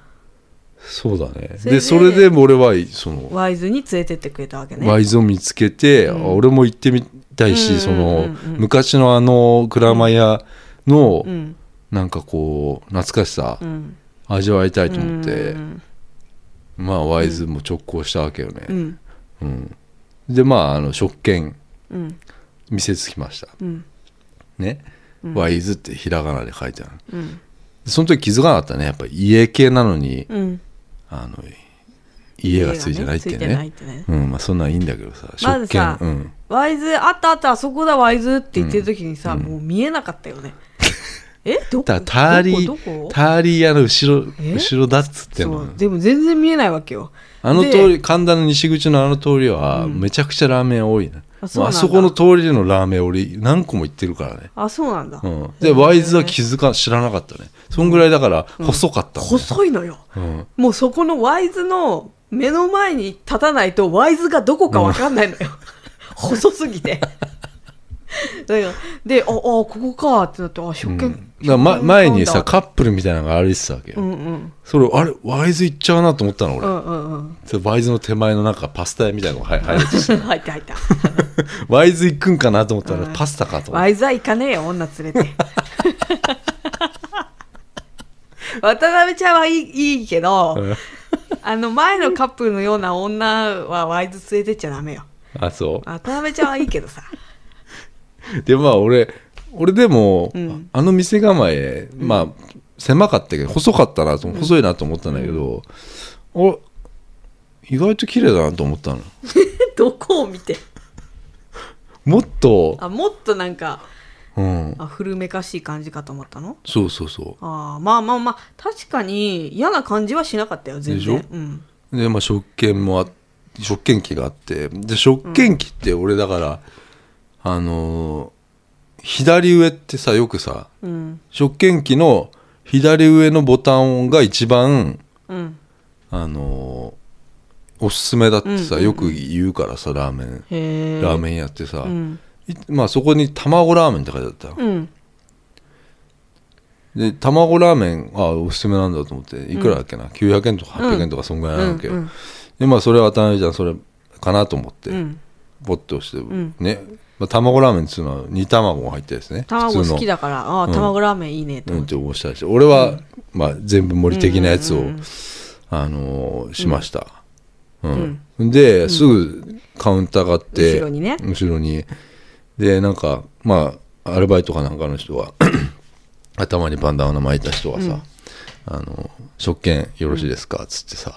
A: そうだね
B: それで
A: でそれでも俺はその
B: ワイズに連れてってくれたわけね
A: ワイズを見つけて、あ俺も行ってみたいし、
B: うん
A: その
B: うんうんうん
A: 昔のあの蔵前屋の
B: うん
A: なんかこう懐かしさ
B: うん
A: 味わいたいと思って
B: うん
A: まあワイズも直行したわけよ
B: う
A: ね、
B: ん
A: うん、でまああの食券
B: うん
A: 店つきました
B: うん
A: ね、
B: うん
A: ワイズってひらがなで書いてある
B: うん
A: でその時気づかなかったねやっぱ家系なのに
B: うん
A: あの家がついてないって
B: 家がついてない
A: ね
B: ってね
A: うんまあそんなんいいんだけどさ
B: まず
A: 食券
B: さ
A: うん
B: ワイズあったあったあそこだワイズって言ってる時にさ、もう見えなかったよ
A: *laughs*
B: ねえどこ
A: だからターリ
B: どこど
A: ー
B: こ
A: ターリー屋の後ろ
B: え
A: 後ろだっつってん
B: そ
A: の
B: うでも全然見えないわけよ
A: あの
B: で
A: 通り神田の西口のあの通りはめちゃくちゃラーメン多いな、
B: あそう
A: もう
B: な
A: あ
B: ん
A: そ
B: だ
A: この通りでのラーメン俺何個も行ってるからね、
B: あそうなんだ、
A: うん、でワイズは気づか知らなかったねそんぐらいだから細かった、ね
B: 細いのよ
A: うん
B: もうそこのワイズの目の前に立たないとワイズがどこかわかんないのよ *laughs* 細すぎてだからでああここかってなってあ食券、
A: だからま
B: 食券
A: 前
B: 買うん
A: に
B: だ
A: さカップルみたいなのが歩いてたわけよ、
B: うんうん
A: それあれワイズ行っちゃうなと思ったの
B: う
A: 俺、
B: んうんうん
A: それワイズの手前のなんかパスタ屋みたいなのが入入
B: *laughs*
A: る
B: 入った入った
A: *laughs* ワイズ行くんかなと思ったら
B: うん
A: パスタかと思っ
B: ワイズは行かねえよ女連れて渡辺ちゃんはいいいいけど、
A: うん
B: あの前のカップルのような女はワイズ連れてっちゃダメよ
A: たあそう
B: 渡辺ちゃんはいいけどさ
A: でまあ俺俺でも、
B: うん
A: あの店構えまあ狭かったけど細かったなと細いなと思ったんだけど、お意外と綺麗だなと思ったの
B: *laughs* どこを見て
A: もっと、
B: あもっとなんか
A: うん、
B: あ古めかしい感じかと思ったの
A: そうそうそ
B: あーまあまあまあ確かに嫌な感じはしなかったよ全然
A: でしょ
B: うん
A: うでまあ食券もあ食券機があってで食券機って俺だから、あのー左上ってさよくさ
B: うん
A: 食券機の左上のボタンが一番
B: うん
A: あのーおすすめだってさ、
B: うんうんうん
A: よく言うからさラーメン
B: へえ
A: ラー
B: ン
A: メン屋ってさ、
B: うん
A: いまあそこに卵ラーメンって書いてあったの、
B: うん
A: で卵ラーメンあおすすめなんだと思っていくらだっけな、900円とか800円とかそんぐらいなわけよ、
B: うん
A: でまあそれは渡辺ちゃんそれかなと思って、
B: うん
A: ポッと押して、
B: ん
A: ね、まあ、卵ラーメンっていうのは煮卵が入ったやつね
B: 卵好き
A: だ
B: だからあー卵ラーメンいいねと
A: うん
B: 思
A: っ
B: って
A: 思したりして俺は、まあ、全部盛り的なやつを、
B: うんうんうん
A: あのーしました、うんで、すぐカウンターがあって
B: 後ろにね
A: 後ろにでなんかまあアルバイトかなんかの人が *clears throat* 頭にバンダナ巻いた人がさ、あの「食券よろしいですか?」っつってさ、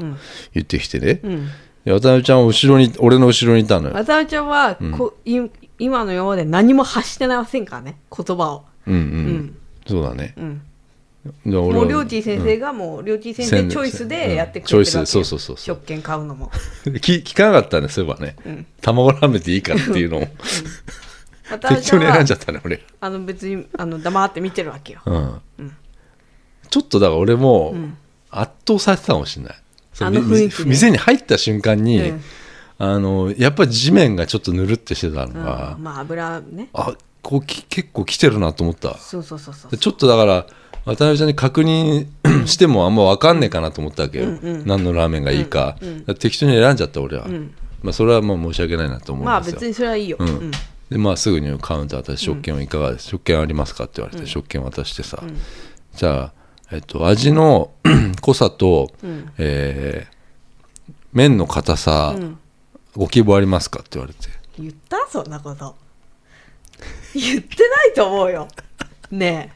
A: 言ってきてね、
B: うん
A: で渡辺ちゃんは後ろに俺の後ろにいたのよ、
B: 渡辺ちゃんはこ、い今の今まで何も発してませんからね言葉を
A: うんうん
B: うん
A: そうだね、
B: うん
A: で俺
B: も
A: は
B: うりょうちぃ先生がもうりょうちぃ先
A: せ
B: 生
A: ん
B: チョイスでやってくれ
A: う
B: てる
A: ん
B: わ
A: チョ
B: け
A: イ
B: よ
A: スそうそうそうそう
B: 食券買うのも
A: 聞聞かなかったねそういえばね、卵ラーメンでいいからっていう
B: *laughs*
A: のを
B: 渡辺
A: *laughs* 適
B: ちゃ
A: 当
B: ん
A: に選
B: は
A: んじゃったね俺
B: あの別にあの黙って見てるわけよ
A: うんちょっとだから俺も圧倒されてたかもしれない。そ
B: あの雰囲気
A: み
B: ね
A: 店に入った瞬間に、
B: うん
A: あのやっぱり地面がちょっとぬるってしてたのが、
B: まあ油ね
A: あこうき結構来てるなと思った。
B: そうそうそうそう
A: でちょっとだから渡辺ちゃんに確認 *clears throat* してもあんま分かんねえかなと思ったわけよ、何のラーメンがいいか,、適当に選んじゃった俺は、まあ、それはまあ申し訳ないなと思
B: ま
A: う
B: あ
A: んですよ、
B: 別にそれはいいよ、う
A: うん
B: ん
A: でまあすぐにカウンター渡して食券はいかがです、食券ありますかって言われて、食券渡してさ、じゃあ、えっと、味の *clears throat* 濃さと、えー麺の硬さ、ご希望ありますかって言われて
B: 言ったそんなこと言ってないと思うよね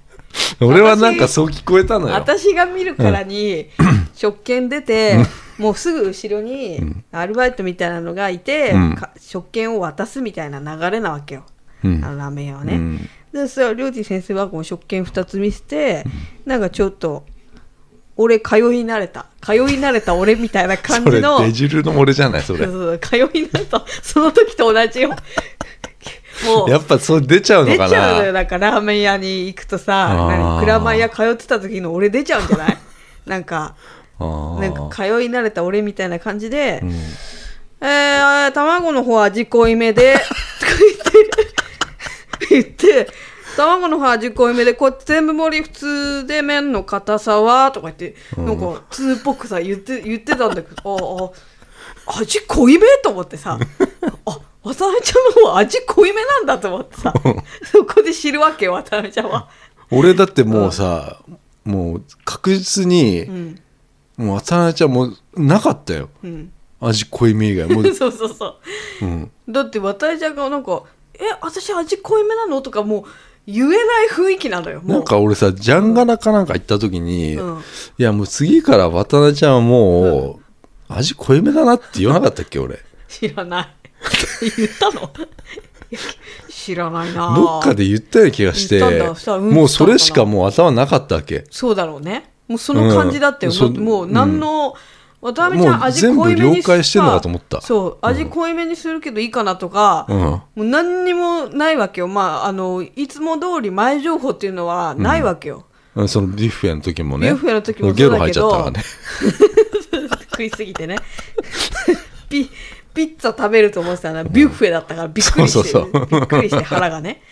B: え
A: 俺はなんかそう聞こえたのよ
B: 私が見るからに、食券出て、もうすぐ後ろにアルバイトみたいなのがいて、
A: うん
B: か食券を渡すみたいな流れなわけよ、
A: うん
B: あのラーメン屋はね。
A: うん
B: でそれはりょうじ先生はこの食券2つ見せて、なんかちょっと俺通い慣れた通い慣れた俺みたいな感
A: そ
B: じ
A: れ
B: の
A: 出汁の俺じゃないそ
B: そ
A: れ
B: うそう通い慣れたその時と同じよもう
A: やっぱそう出ちゃうの
B: 出ち
A: か
B: ゃうのよ
A: な
B: なんかラーメン屋に行くとさ
A: あー
B: 何クラマン屋通ってた時の俺出ちゃうんじゃないなんか
A: あー
B: なんか通い慣れた俺みたいな感じで「
A: うん
B: えー、卵の方は味濃いめで」 *laughs* とか言って言って「卵の方は味濃いめでこっち全部盛り普通で麺の硬さは」とか言ってなんか通っぽくさ言って言ってたんだけどああ味濃いめと思っ
A: *laughs*
B: てさあ渡辺ちゃんの方は味濃いめなんだと思ってさそこで知るわけよ渡辺ちゃんは。
A: 俺だってもうさ、もう確実に
B: う、ん
A: もう渡辺ちゃんもうなかったよ
B: うん
A: 味濃いめ以外
B: *laughs*
A: もう
B: そうそうそ
A: う
B: う
A: ん
B: だって渡江ちゃんがなんか「え私味濃いめなの?」とかもう言えない雰囲気なのよもう
A: なんか俺さジャンガラかなんか行った時に、
B: うん
A: いやもう次から渡辺ちゃんはもう、味濃いめだなって言わなかったっけ俺
B: 知らない言ったの知らないな
A: どっかで言ったような気がして
B: 言ったんだしたらうん
A: もうそれしかもう頭なかったわけ
B: そうだろうねもうその感じだって、
A: うん
B: もう
A: そ
B: もう何の、渡辺ちゃん
A: もう
B: 味
A: 全
B: 濃
A: 部
B: いめ
A: 了
B: に
A: 解してんのかと思った
B: そう味濃いめにするけどいいかなとか、
A: うん
B: もう何にもないわけよまああのいつも通り前情報っていうのはないわけよ、
A: うんそのビュッフェの時もね
B: ビュッフェの時も
A: ゲ
B: そう
A: ロ
B: だ
A: 吐いち
B: け
A: ゃっ
B: ど
A: たからね
B: 食いすぎてね *laughs* ピピッツァ食べると思ってたらビュッフェだったからびっくりして
A: そうそうそう
B: びっくりして腹がね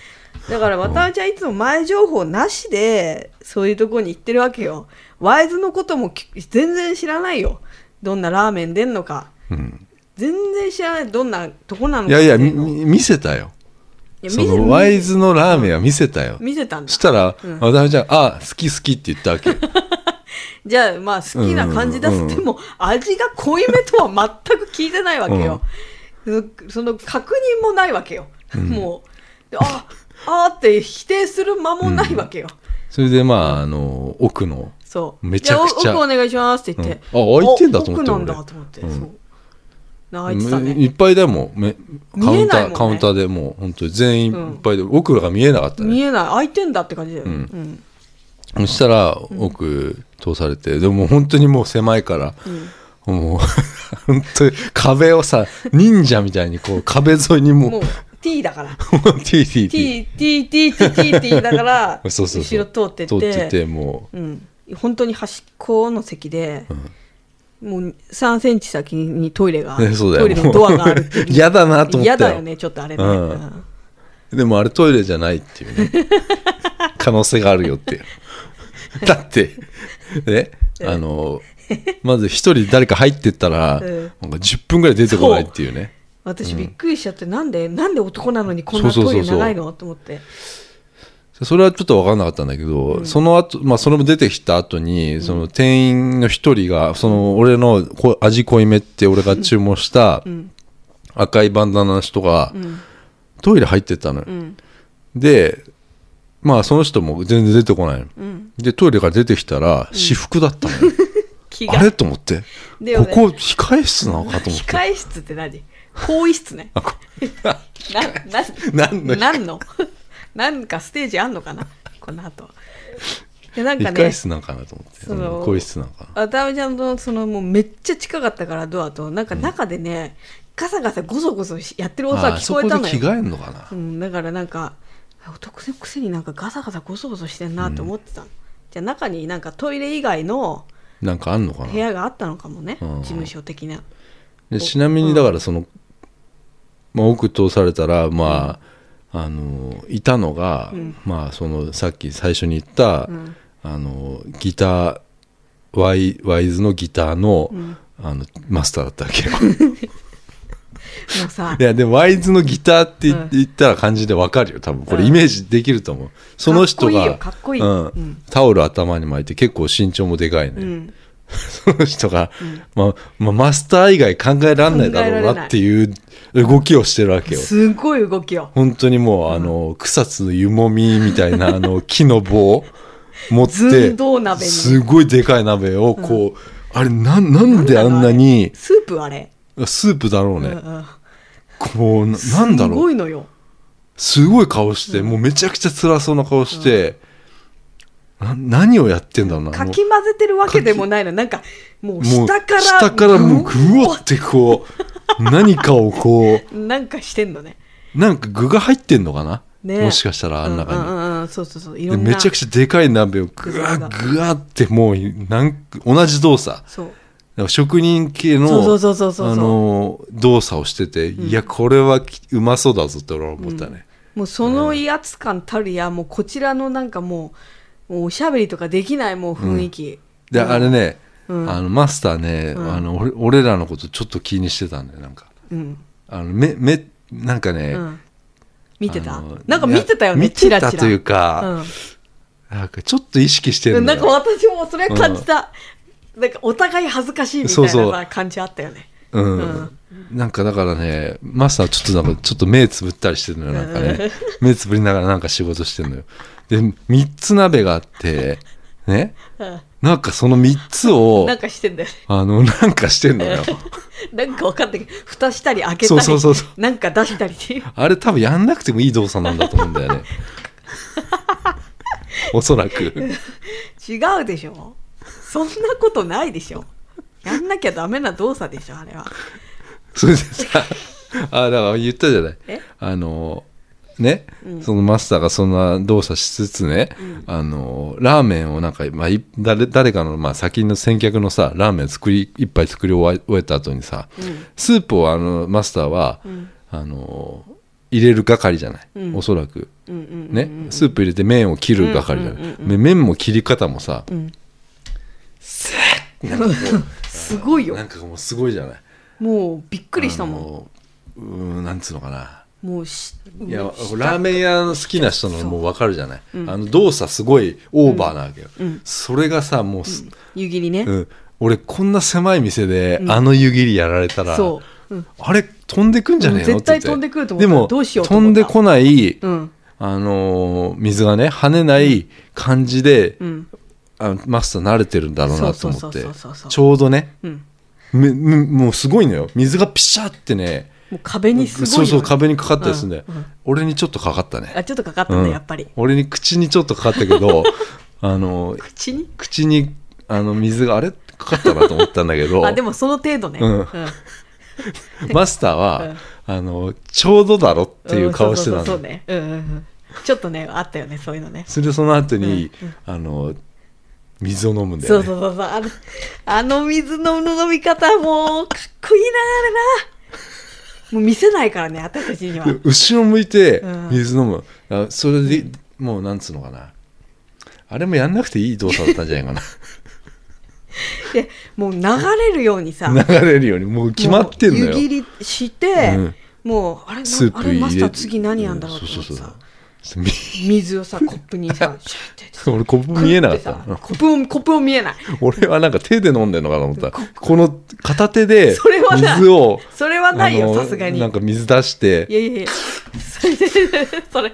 B: だから渡辺ちゃんいつも前情報なしでそういうとこに行ってるわけよワイズのこともき全然知らないよどんなラーメン出んのか
A: うん
B: 全然知らないどんなとこなの
A: い
B: か
A: やいや
B: って
A: み
B: うのい
A: 見せたよ
B: や
A: そ
B: 見せ
A: のワイズのラーメンは見せたよ
B: 見せたんだ
A: したら
B: うん
A: 渡辺ちゃん「あ好き好き」って言ったわけ
B: じゃあまあ好きな感じ出す、
A: うんうんうん
B: でも味が濃いめとは全く聞いてないわけよ、その確認もないわけよ、もうでああーって否定する間もないわけよ、
A: それでまああの奥の
B: そう
A: めちゃくちゃ
B: じあお奥お願いしますって言って、
A: うんあ開いてんだと思って
B: お奥
A: 俺
B: なんだと思って、
A: うん
B: そう泣いてたね
A: いっぱいだもんめカ
B: 見
A: ウ
B: え
A: ン
B: な
A: タ
B: い
A: ー、
B: もんね
A: カウンターでもう本当に全員
B: うん
A: いっぱいで、奥が見えなかった
B: 見
A: ね
B: えない開いてんだって感じだよね、
A: うん
B: うん
A: そしたら奥通されてでも本当にもう狭いから、もう *laughs* 本当に壁をさ忍者みたいにこう壁沿いにもう
B: もう T だから
A: もう TTT
B: TTTTT って言いながら
A: *laughs* そうそうそう
B: 後ろ通ってって
A: 通ってても
B: うん、本当に端っこの席で、もう3センチ先にトイレが、
A: う、ね、そうだよ
B: トイレのドアがあるって
A: もう
B: いう
A: 嫌だなと思
B: 嫌
A: った
B: だ
A: よ
B: よねちょっとあれね、
A: うん
B: うん
A: でもあれトイレじゃないっていう
B: *laughs*
A: ね可能性があるよっていうだってねあのまず一人誰か入ってったら、
B: うん
A: なんか10分ぐらい出てこないっていうね
B: 私びっくりしちゃって、なんでなんで男なのにこんなトイレ長いのと思って
A: それはちょっと分かんなかったんだけど、その後、まあそれも出てきた後に、その店員の一人が、その俺のこ味濃いめって俺が注文した
B: ん
A: 赤いバンダナの人が
B: ん
A: トイレ入ってったのよ。
B: うん
A: で、まあその人も全然出てこないの。
B: うん
A: で、トイレから出てきたら私服だったの
B: *laughs*
A: よ。
B: 気
A: あれと思って、
B: だよ
A: こ
B: ね
A: こ控え室なのかと思
B: *laughs*
A: って。
B: 控え室って何更衣室ね
A: あこ
B: な
A: 何 *laughs* の控え
B: 何の *laughs* なんかステージあんのかなこの後いやなんか
A: 控え
B: ね
A: 室なのかなと思って。
B: そ
A: うん
B: の
A: 更衣室なのかな。
B: 渡辺ちゃんとそのもうめっちゃ近かったからドアとなんか中でね、ガサガサゴソゴソやってる音
A: あ
B: が
A: あ
B: 聞
A: そ
B: こ
A: こ
B: え
A: で
B: たの
A: 着
B: よ、
A: 替えんのかな
B: う。ん、だからなんか男のくせになんかガサガサゴソゴソしてんなと思ってたの、じゃあ中になんかトイレ以外の
A: なんかあんのかな
B: 部。屋があったのかもね、
A: うん
B: 事務所的
A: *laughs*
B: な
A: でちなみにだからその、まあ、奥通されたらまあ、あのいたのが、まあそのさっき最初に言った、
B: ん
A: あのギターワイワイズのギターの,、あのマスターだったわけよ
B: もうさ
A: いやでもワイズのギターって言言ったら感じでわかるよ多分これイメージできると思う、その人が
B: かっこいいよ
A: う
B: かっこいいうん
A: ん、タオル頭に巻いて結構身長もでかいね、
B: うん
A: *laughs* その人が、まあまあ、マスター以外考えられないだろうなっていう動きをしてるわけよ。
B: すごい動きよ
A: 本当にもう、あの、草津の湯もみみたい
B: *laughs*
A: な、あの、木の棒持っ
B: 寸
A: て、
B: 胴鍋に
A: すごいでかい鍋をこう、あれなん、なんであんなに、
B: スープあれ、
A: スープだろうね。
B: うんうん
A: こうな、なんだ
B: す
A: ろ
B: ご
A: う。
B: いのよ
A: すごい顔して、もうめちゃくちゃ辛そうな顔して、な何をやってんだろうな。あ
B: か
A: の
B: き混ぜてるわけでもないのなんかもう
A: もう
B: 下から
A: 下からもう
B: ぐ
A: グワってこ
B: *laughs*
A: う何かをこ
B: なんかしてんのね
A: うなんか具が入ってんのかな、
B: ね
A: もしかしたらあん中に、
B: うんうんうん、そうそうそうい
A: で
B: ろんな
A: めちゃく
B: ちゃ
A: ちゃでかい鍋をグワ
B: 具材
A: グワってもうなん同じ動作だか
B: そう
A: ら職人系の
B: そうそうそうそうそう
A: あのー動作をしてて、いやこれはきうまそうだぞって俺は思ったね、
B: もうその威圧感たるやもうこちらのなんかもうもうおしゃべりとかできないもう雰囲気、
A: であれね、
B: うん
A: あのマスターね、あの俺俺らのことちょっと気にしてたんだよなんか
B: うん
A: あの目目なんかね、
B: うん見てた
A: あの
B: なんか見てたよね
A: 見
B: チ
A: て
B: ラ
A: た
B: チラ
A: というか、
B: うん
A: なんかちょっと意識してるん
B: な
A: だ
B: ん
A: よ
B: か私もそれ感じた、なんかお互い恥ずかしいみたい
A: そう
B: な
A: そう
B: さ感じあったよね
A: うん
B: うん
A: なんかだからねマスターちょっとなんかちょっと目つぶったりしてるのよなんかね目つぶりながらなんか仕事してるのよで3つ鍋があってね
B: うん
A: なんかその3つを
B: なんかしてんだよね
A: あのなんかしてんの
B: *laughs*
A: よ
B: なんか分かんないけど蓋したり開けた
A: そう
B: り
A: そうそうそう
B: なんか出したりっていう
A: あれ多分やんなくてもいい動作なんだと思うんだよねおそらく
B: 違うでしょそんなことないでしょやんなきゃダメな動作でしょあれは
A: それでさ
B: *laughs*
A: あだから言ったじゃない
B: え
A: あのね、そのマスターがそんな動作しつつね、あのラーメンをなんか、まあ、い誰誰かの、まあ、先の先客のさラーメンを作り一杯作り終え終えた後にさ、スープをあのマスターは、あの入れる係じゃない、おそらく、
B: うんうん
A: ね、スープ入れて麺を切る係じゃない、で麺も切り方もさ、
B: すご *laughs* いよ
A: なんかもうすごいじゃない
B: もうびっくりした
A: あ
B: も
A: のうーんなんつうのかなん
B: もうし
A: いや
B: もうした
A: ラーメン屋の好きな人のもう分かるじゃない、あの動作すごいオーバーなわけよ、それがさもうす、
B: 湯切りね、
A: うん俺こんな狭い店であの湯切りやられたら、
B: そ
A: あれ飛んでくんじゃねえの
B: うん絶対
A: って言って
B: 飛んでくると思った
A: でも
B: どうしようと
A: 飛
B: 思
A: ん
B: った
A: でこない、
B: うん
A: あのー水がね跳ねない感じで、
B: ん
A: あマスター慣れてるんだろうなと思
B: そ
A: っ
B: うそう
A: て
B: そうそうそう
A: ちょうどね、
B: うん
A: めめもうすごいのよ水がピシャってね
B: もう壁にすごいよ
A: そうそう壁にかかったりするんだよ、
B: うんうん
A: 俺にちょっとかかったね
B: あちょっとかかったね、
A: うん
B: やっぱり
A: 俺に口にちょっとかかったけ
B: *laughs*
A: どあの
B: 口に
A: 口にあの水があれかかったなと思ったんだけど
B: *laughs* あでもその程度ね、
A: うん
B: うん
A: マスターは、あのちょうどだろっていう顔してた
B: うん
A: だ、
B: んそうそうそうそうね、うんうんうん、ちょっとねあったよねそういうのね
A: それでその後に、あの水を飲むんだ
B: そ
A: よ
B: う
A: ね
B: そうそうそうあのあの水の飲み方もうかっこいいなあれなもう見せないからね私たちには
A: で後ろ向いて
B: うん
A: 水飲む、あそれで、もうなんつうのかなあれもやんなくていい動作だったんじゃないか
B: でもう流れるようにさ *laughs*
A: な流れるようにもう決まってんの
B: もう
A: よ
B: 湯切りして、
A: うん
B: もうあれな
A: スー
B: あ
A: プ
B: れ
A: 入
B: マス
A: れ
B: タ
A: て
B: ー次何やんだろうと
A: そ
B: 思って
A: そそ
B: さ
A: そうみ
B: 水をさコップにさシュッてやってさ
A: *laughs* 俺コップ見えなかっ
B: グ
A: た
B: ッてさ *laughs* コップもコップも見えない
A: 俺はなんか手で飲んでるのかなと思ったらこの片手で
B: それはない
A: 水を
B: それはない
A: あ
B: よ
A: の
B: さすがに
A: なんか水出し
B: い
A: て
B: やいやいやそれそれそんな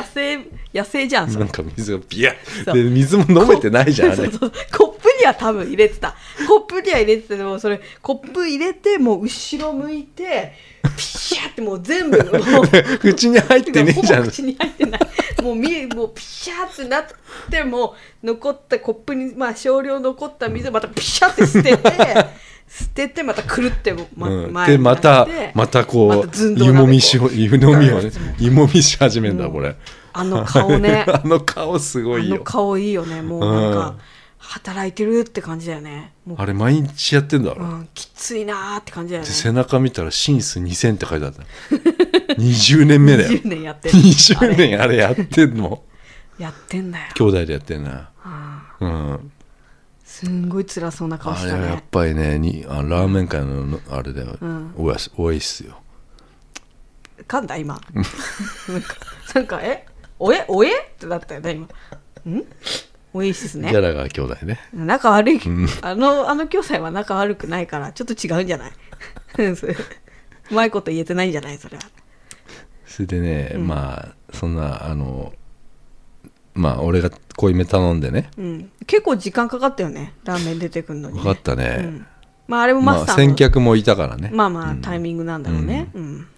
B: 野生野生じゃんそ
A: な
B: れ
A: んか水がビヤッ
B: そう
A: で水も飲めてないじゃんあ
B: *laughs* そう
A: れ
B: そうコップには多分入れてたコップには入れててでもそれコップ入れてもう後ろ向いてピシャってもう
A: *laughs*
B: 全部もう
A: 口に入ってねえじゃ
B: ほぼ
A: ん
B: 口に入ってないもう見えもうピシャってなってもう残ったコップに、まあ、少量残った水をまたピシャって捨てて捨ててまたくるっても、ま
A: うん
B: 前
A: で
B: に出
A: また
B: して
A: またこ
B: また寸
A: う
B: 胴
A: 湯
B: 鍋
A: もみ
B: こう
A: しよ湯飲みをね湯もみし始めるんだ
B: うん
A: これ
B: あの顔ね
A: *laughs* あの顔すご
B: あ
A: い
B: の
A: よ
B: 顔いいよねもうなん
A: う
B: か
A: ん
B: 働いてるって感じだよねもう
A: あれ毎日やってんだ
B: う
A: ろ
B: ん、きついなーって感じだよ
A: で
B: ね
A: 背中見たら「シンス2000」って書いてあった20年目だよ
B: 20年やってるあ
A: 20
B: れ
A: 年あれやってんの
B: やってんだよ
A: 兄弟でやってんな
B: ああ
A: うん
B: すんごい辛そうな顔
A: あ
B: し
A: れ
B: た
A: はやっ
B: ね
A: ぱりねにあラーメン界ののあれだよ、
B: うん
A: 多いし多いっすよ
B: 噛んだ今なんかなんかえおえおえってなったよね今んおえっす
A: ギャ
B: ね
A: ラガー兄弟ね
B: 仲悪い、あのあの兄弟は仲悪くないからちょっと違うんじゃないそれうまいこと言えてないんじゃないそれは
A: それでね、まあそんなあのまあ俺が濃いめ頼んでね
B: うん結構時間かかったよねラーメン出てくるのに、
A: 分
B: ね、
A: かったね、
B: うん、まああれもマ
A: ま
B: ス
A: あ
B: ター
A: 先
B: の、
A: 客もいたからね、
B: まあまあタイミングなんだろうねうん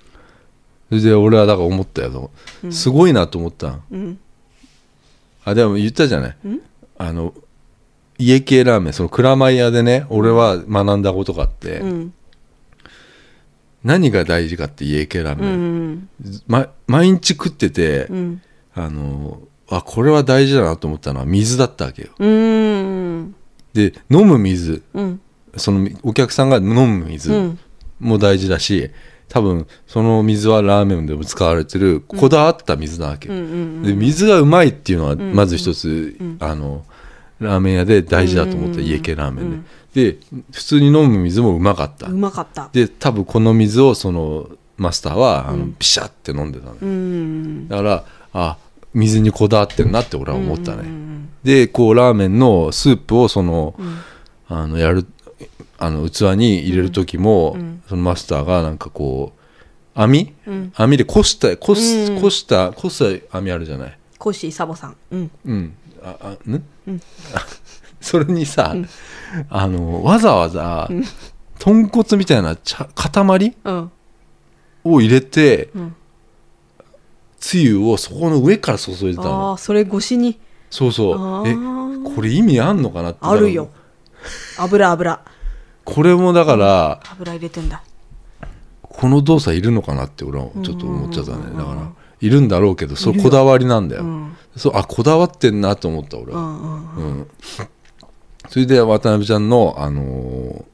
A: それで俺はだから思ったよ、すごいなと思ったん
B: うん
A: あでも言ったじゃない、
B: ん
A: あの家系ラーメンその蔵前屋でね俺は学んだことがあって、
B: うん
A: 何が大事かって家系ラー
B: う
A: メン、
B: ん
A: ま、毎日食ってて、
B: うん
A: あのあこれは大事だなと思ったのは水だったわけよ
B: うん
A: で飲む水
B: うん
A: そのお客さんが飲む水
B: うん
A: も大事だし、多分その水はラーメンでも使われてるこだわった水なわけ、
B: うんうん
A: で水がうまいっていうのはまず一つ、あのラーメン屋で大事だと思った、家系ラーメンで、で普通に飲む水もうまかった、
B: うまかった
A: で多分この水をそのマスターはあのピシャって飲んでたのよ、
B: うん
A: だからあ水にこだわってるなって俺は思ったね、
B: うん
A: でこうラーメンのスープをその
B: うんうん
A: あのやるあの器に入れる時も、
B: うんうん
A: そのマスターがなんかこう網
B: うん
A: 網でこしたこす、
B: うん
A: こしたこした網あるじゃない
B: コッシーサボさんうん
A: うんああん、
B: うん
A: あ *laughs* それにさ、あのわざわざ豚骨みたいな茶塊
B: うん
A: を入れて
B: うん
A: つゆをそこの上から注いでた
B: あ
A: の
B: あそれ越しに
A: そう
B: あ
A: そうえ
B: ー
A: これ意味あんのかなって
B: あるよ油油
A: これもだから
B: 油入れてんだ
A: この動作いるのかなって俺はちょっと思っちゃった
B: うんうんうんう
A: ねだ
B: ん
A: からいるんだろうけどそ
B: いる
A: う
B: よ
A: こだわりなんだ
B: う
A: よ、
B: ん
A: そうあこだわってんなと思った俺
B: う
A: は、
B: んうん
A: うんそれで渡辺ちゃんの、あのー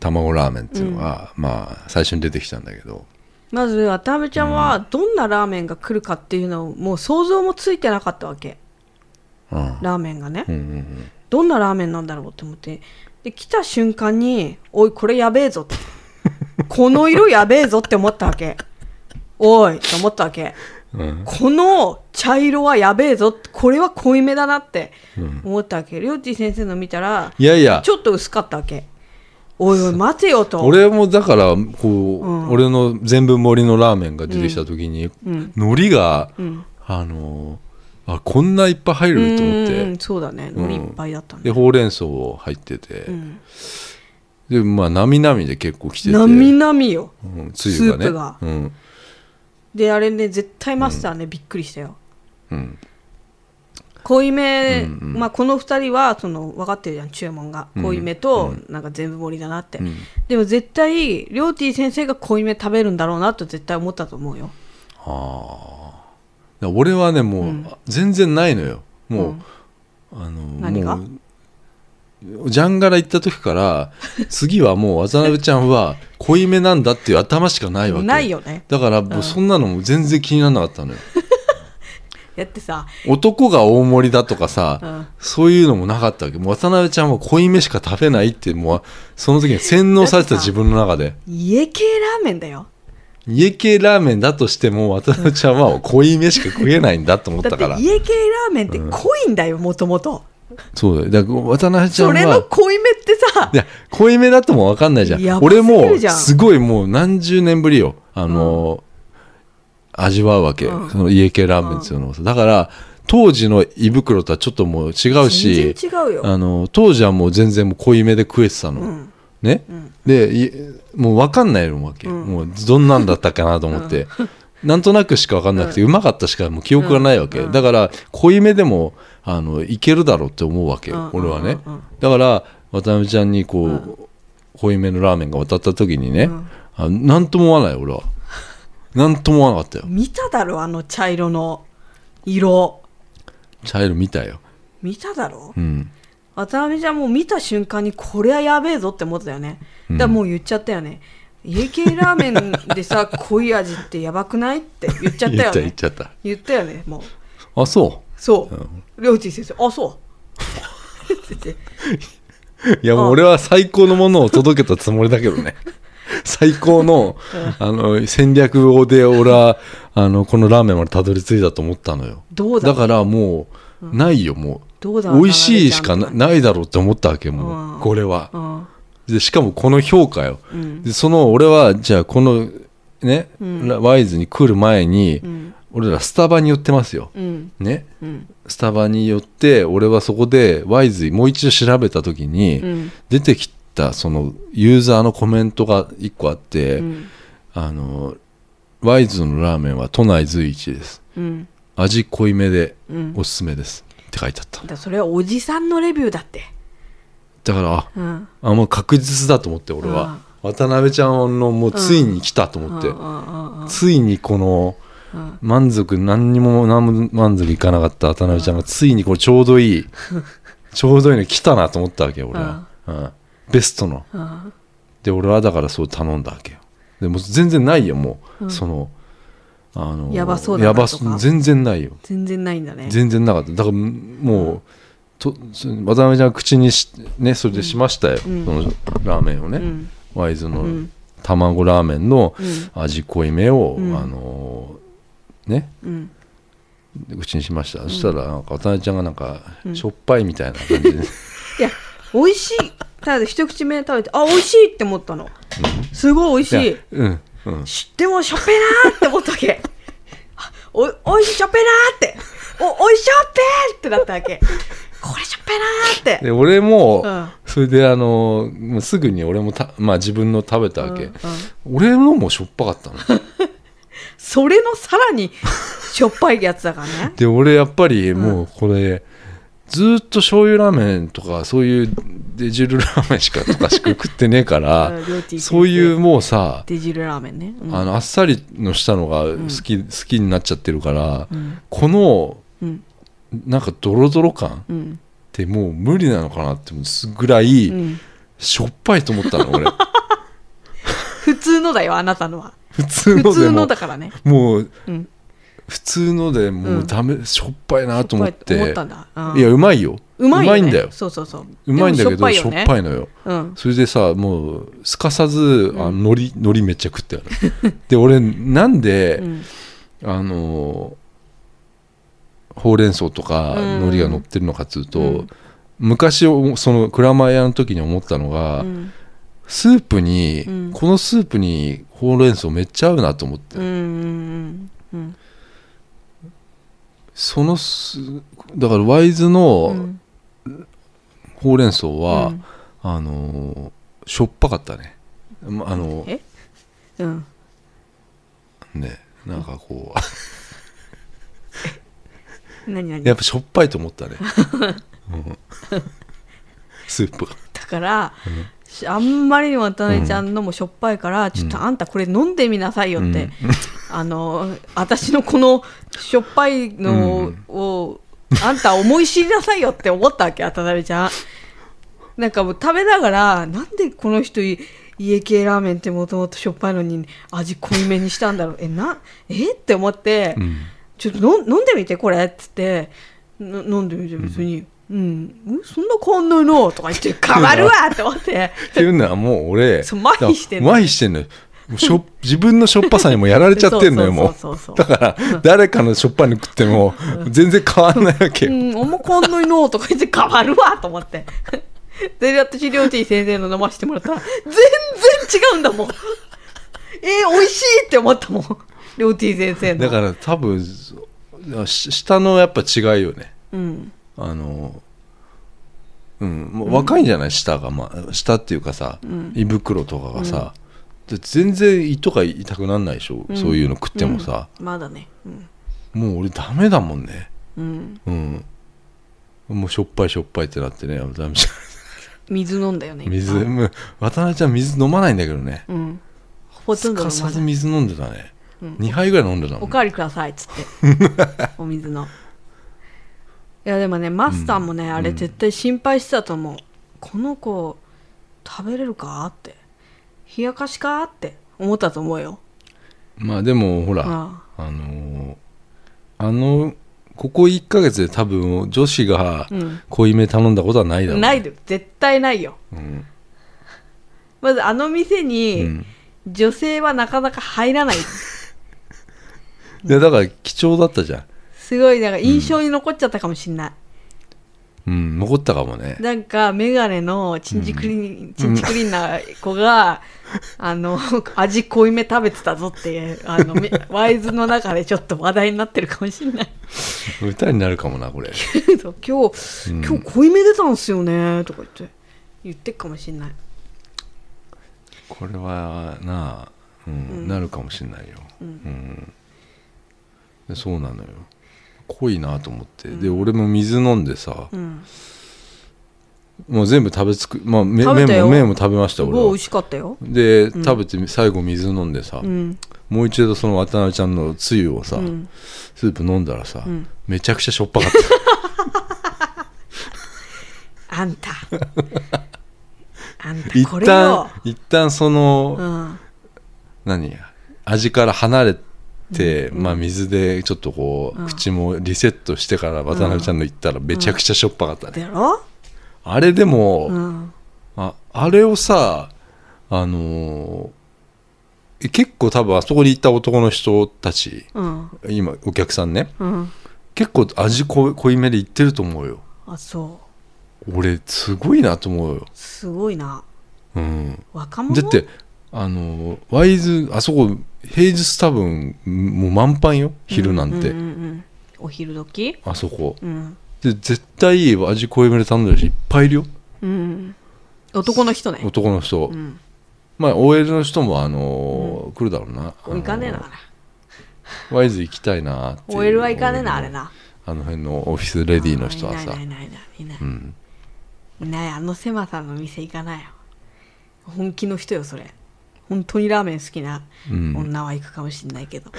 A: 卵ラーメンっていうのが、まあ最初に出てきたんだけど
B: まず渡辺ちゃんはどんなラーメンが来るかっていうのをもう想像もついてなかったわけ
A: うんうん
B: ラーメンがね
A: うんうん
B: どんなラーメンなんだろうって思ってで来た瞬間に「おいこれやべえぞ」ってこの色やべえぞって思ったわけおいと思ったわけ
A: うん
B: この茶色はやべえぞこれは濃いめだなって
A: うん
B: 思ったわけりょうちぃ先生の見たら
A: いやいや
B: ちょっと薄かったわけおいおい待てよと
A: 俺もだからこう、
B: うん
A: 俺の全部盛りのラーメンが出てきた時に、
B: うん
A: 海苔が、
B: うん
A: あのーあこんないっぱい入ると思って、
B: うんそうだね海苔いっぱいだった
A: で
B: ね
A: ほうれん草入ってて、
B: うん
A: でまあなみなみで結構来てて
B: なみなみよ
A: うん、つゆがね
B: スープが
A: うん
B: であれね絶対マスターね、びっくりしたよ
A: うん
B: 濃いめ、
A: うんうん
B: まあ、この2人はその分かってるじゃん注文が
A: うん
B: 濃いめとなんか全部盛りだなって、
A: うん
B: でも絶対りょうてぃ先生が濃いめ食べるんだろうなと絶対思ったと思うよ
A: ああ俺はねもう、全然ないのよもう、あの
B: 何が
A: もうジャンガラ行った時
B: *laughs*
A: から次はもう渡辺ちゃんは濃いめなんだっていう頭しかないわけ
B: ないよね
A: だからもうそんなのも全然気にならなかったのよ、 *laughs*
B: やってさ、
A: 男が大盛りだとかさ、
B: うん
A: そういうのもなかったわけもう渡辺ちゃんは濃いめしか食べないってもうその時に洗脳されてた自分の中で
B: 家系ラーメンだよ
A: 家系ラーメンだとしても渡辺ちゃんは濃いめしか食えないんだと思っ
B: だ
A: た
B: って
A: から
B: 家系ラーメンって濃いんだよもともと
A: そうだよだから渡辺ちゃん
B: それの
A: は
B: 濃いめってさ
A: いや濃いめだとも分かんないじゃん
B: やばすぎ
A: 俺
B: るじゃん
A: もすごいもう何十年ぶりよあのー、味わうわけ、
B: うん
A: その家系ラーメンっていうのをさだから当時の胃袋とはちょっともう違う
B: 全
A: し
B: 然違うよ、
A: あの当時はもう全然もう濃いめで食えてたの、
B: うん
A: ね、
B: ん
A: でいもう分かんないわけ、
B: うん
A: もうどんなんだったかなと思って、なんとなくしか分かんなくて、うまかったしかもう記憶がないわけ、
B: うん
A: だから濃いめでもあのいけるだろうって思うわけ、
B: うん
A: 俺はね、
B: うんうん
A: だから渡辺ちゃんにこう、
B: うん
A: 濃いめのラーメンが渡った時にね、
B: うん
A: あなんとも思わない俺はなんとも思わなかったよ
B: 見ただろあの茶色の色
A: 茶色見たよ
B: 見ただろ
A: うん
B: 渡辺ちゃんもう見た瞬間にこれはやべえぞって思ってたよねだからもう言っちゃったよね、家系ラーメンでさ濃い味ってやばくないって言っちゃった
A: 言っ
B: よ
A: た言っ
B: ね
A: ちゃった
B: 言ったよねもう
A: あそ
B: そうりょうち、ん、先生あそう *laughs* って言って
A: ういやも
B: あ
A: う俺は最高のものを届けたつもりだけど
B: *laughs*
A: ね最高のあの戦略で俺はあのこのラーメンまでたどり着いたと思ったのよ
B: どうだ
A: だからもう、ないよも
B: どう
A: う
B: だ
A: 美味しいしかな
B: な
A: ないだろうって思ったわけもう、
B: うん
A: これは
B: う、ん
A: でしかもこの評価よ、
B: うん
A: でその俺はじゃあこのね、ラワイズに来る前に、
B: うん
A: 俺らスタバに寄ってますよ、
B: うん
A: ね
B: うん
A: スタバに寄って俺はそこでワイズもう一度調べた時に、
B: うん
A: 出てきたそのユーザーのコメントが一個あって、
B: うん
A: あのワイズのラーメンは都内随一です
B: うん
A: 味濃いめで
B: うんだ
A: おすすめです、って書いてあった
B: からそれはおじさんのレビューだって
A: だからあ
B: うん
A: あもう確実だと思って俺は、渡辺ちゃんのもうついに来たと思って、
B: うんうんうん
A: ついにこの
B: うん
A: 満足何にも何も満足いかなかった渡辺ちゃんがついにこれちょうど
B: *laughs*
A: いいちょうどいいの来たなと思ったわけよ俺は、うん、ベストの
B: うん
A: で俺はだからそう頼んだわけよでも全然ないよもう、
B: うん
A: そのあの
B: やばそうだなとか
A: やばそ全然ないよ
B: 全然ないんだね
A: 全然なかっただからもうとそ渡辺ちゃんが口にし、ね、それでしましたよ、
B: うん
A: そのラーメンをね、
B: うん
A: ワイズ
B: う
A: の
B: ん
A: 卵ラーメンの
B: うん
A: 味濃いめを、
B: うん
A: あのーね
B: うん
A: 口にしました、そしたらなんか渡辺ちゃんがなんかしょっぱいみたいな感
B: *laughs*
A: じで、
B: いや美味しいただ一口目食べてあ美味しいって思ったの、すごい美味しい
A: うんうん
B: しでもしょっぺなーって思ったわけあおおいしいしょっぺなーっておおいしょっぺーってなったわけこれしょっぺなーって
A: で俺も、
B: うん
A: それであのもうすぐに俺もた、まあ、自分の食べたわけ、
B: うんうん
A: 俺のもしょっぱかったの
B: それのさらにしょっぱいやつだからね
A: で俺やっぱりもうこれ、ずーっと醤油ラーメンとかそういうデジルラーメンしかとかしか食ってねえか
B: *laughs* う
A: ら
B: ん両手いける
A: そういうもうさ
B: デジルラーメンね、うん
A: あのあっさりのしたのが好き,、好きになっちゃってるから、
B: うん
A: この
B: うん
A: なんかドロドロ感っ
B: うん
A: てもう無理なのかなって思うぐらい、
B: うん
A: しょっぱいと思ったの
B: *laughs*
A: 俺
B: 普通のだよあなたのは
A: 普通ので
B: 普
A: も
B: 通のだからね
A: もう
B: うん
A: 普通のでもううんダメ、しょっぱいなと思っ
B: しょ
A: て
B: ぱい思ったんだ、うん
A: いやうまいよ
B: うまいよ、ね、
A: んだよ
B: そうそうそう
A: うまいんだけど
B: で
A: しょ
B: も
A: っ
B: しょっ
A: ぱ
B: ぱいよね
A: いのよ
B: うん
A: それでさもうすかさずあの海苔海苔めっちゃ食ってあ
B: *laughs*
A: るで俺なんで、
B: うん
A: あのーほうれん草とか
B: うん
A: 海苔が乗ってるのかっつうと、
B: うん
A: 昔をその蔵前屋の時に思ったのが、
B: うん
A: スープに、
B: うん
A: このスープにほうれん草めっちゃ合うなと思って、
B: うんうんうん
A: そのすだからワイズの、
B: うん
A: ほうれん草は、
B: うん
A: あのーしょっぱかったね、まあの
B: えうん
A: ねなんかこう
B: 何何
A: やっぱしょっぱいと思ったね、うんスープが
B: だから、しあんまりにも渡辺ちゃんのもしょっぱいから、ちょっとあんたこれ飲んでみなさいよって、
A: うん
B: *laughs* あの私のこのしょっぱいのを、あんた思い知りなさいよって思ったわけ渡辺ちゃん。なんかもう食べながらなんでこの人い家系ラーメンってもともとしょっぱいのに味濃いめにしたんだろうえなえって思って。
A: うん
B: ちょっとの飲んでみてこれっつっての飲んでみて別に、うん、うんそんな変わんないなとか言って変わるわって思って
A: っていうのはもう俺
B: そう麻痺してんの
A: 麻痺してんのよもうしょ自分のしょっぱさにもやられちゃってんのよも
B: そうそうそうそう
A: うだから誰かのしょっぱいの食っても全然変わんないわけ
B: う
A: よ
B: んあんま変わんないなとか言って変わるわと思ってで私りょうちぃ先生の飲ませてもらったら全然違うんだもんえー、美味しいって思ったもんりょうちぃ先生の
A: だから多分し下のやっぱ違いよね
B: うん
A: あのうんもう若いんじゃない下がまあ下っていうかさ胃袋とかがさで全然胃とか痛くなんないでしょ
B: ん
A: そういうの食ってもさ
B: まだねうん、
A: もう俺ダメだもんね
B: うん、
A: うんもうしょっぱいしょっぱいってなってねダメじゃん
B: 水飲んだよね
A: 水む渡辺ちゃん水飲まないんだけどね
B: うんほと
A: す
B: んど飲
A: かさ
B: ま
A: ず
B: ない
A: 水飲んでたね、
B: うん
A: 2杯ぐらい飲んでたも
B: お
A: ん
B: かわりくださいっつって
A: *laughs*
B: お水のいやでもねマスターもね、あれ絶対心配してたと思うこの子食べれるかって冷やかしかって思ったと思うよ
A: まあでもほらあ
B: あ
A: のーあのここ1ヶ月で多分女子が
B: うん
A: 濃いめ頼んだことはないだろうね、
B: ないで絶対ないよ
A: うん
B: まずあの店に、
A: うん
B: 女性はなかなか入らない
A: でだから貴重だったじゃん
B: すごいなんか印象に残っちゃったかもしんない、
A: うん残ったかもね
B: なんかメガネのチンチクリン、チンチクリンな子が、あの、味濃いめ食べてたぞって、あの、めワイズの中でちょっと話題になってるかもしれない。
A: 歌になるかもなこれ
B: けど *laughs* 今日、今日濃いめ出たんすよね、とか言って、言ってるかもしれない。
A: これはなあ、うんなるかもしれないよ、うんでそうなのよ濃いなと思って、で俺も水飲んでさ、
B: うん。
A: もう全部食べつく、まあ、め
B: 食べた
A: 麺
B: よ
A: も麺も食べまし
B: す
A: た
B: ごい美
A: 俺は
B: 味しかったよ。
A: で食べて最後水飲んでさ、
B: うん。
A: もう一度その渡辺ちゃんのつゆをさ、
B: うん。
A: スープ飲んだらさ、
B: ん
A: めちゃくちゃしょっぱかった
B: あんた。あん
A: 一
B: た、 *laughs* これよ
A: 旦。一旦その、
B: うん。
A: 何味から離れて、まあ、水でちょっとこう、口もリセットしてから渡辺ちゃんの行ったらめちゃくちゃしょっぱかったね、
B: だろ
A: あれでも、
B: うん。
A: ああれをさあのー結構多分あそこに行った男の人たち
B: うん。
A: 今お客さんね
B: うん。
A: 結構味濃い濃いめでいってると思うよ
B: あそ
A: 俺すごいなと思うよ
B: う、すごいな
A: うん、
B: 若者
A: だってあのワイズあそこ平日多分もう満帆よ昼なんて、
B: うううんうんお昼時
A: あそこ
B: うん
A: で絶対味濃いめで頼んでる人いっぱいいるよ
B: うん男の人ね
A: 男の人、
B: うん
A: まあ OL の人もあのー来るだろうな
B: 行かねえなあれ
A: あのワイズ行きたいなっていう
B: OL は行かねえなあれな
A: あの辺のオフィスレディーの人はさ、
B: いないいないいないいないう
A: ん
B: いないあの狭さの店行かないよ本気の人よそれ本当にラーメン好きな
A: うん
B: 女は行くかもしんないけど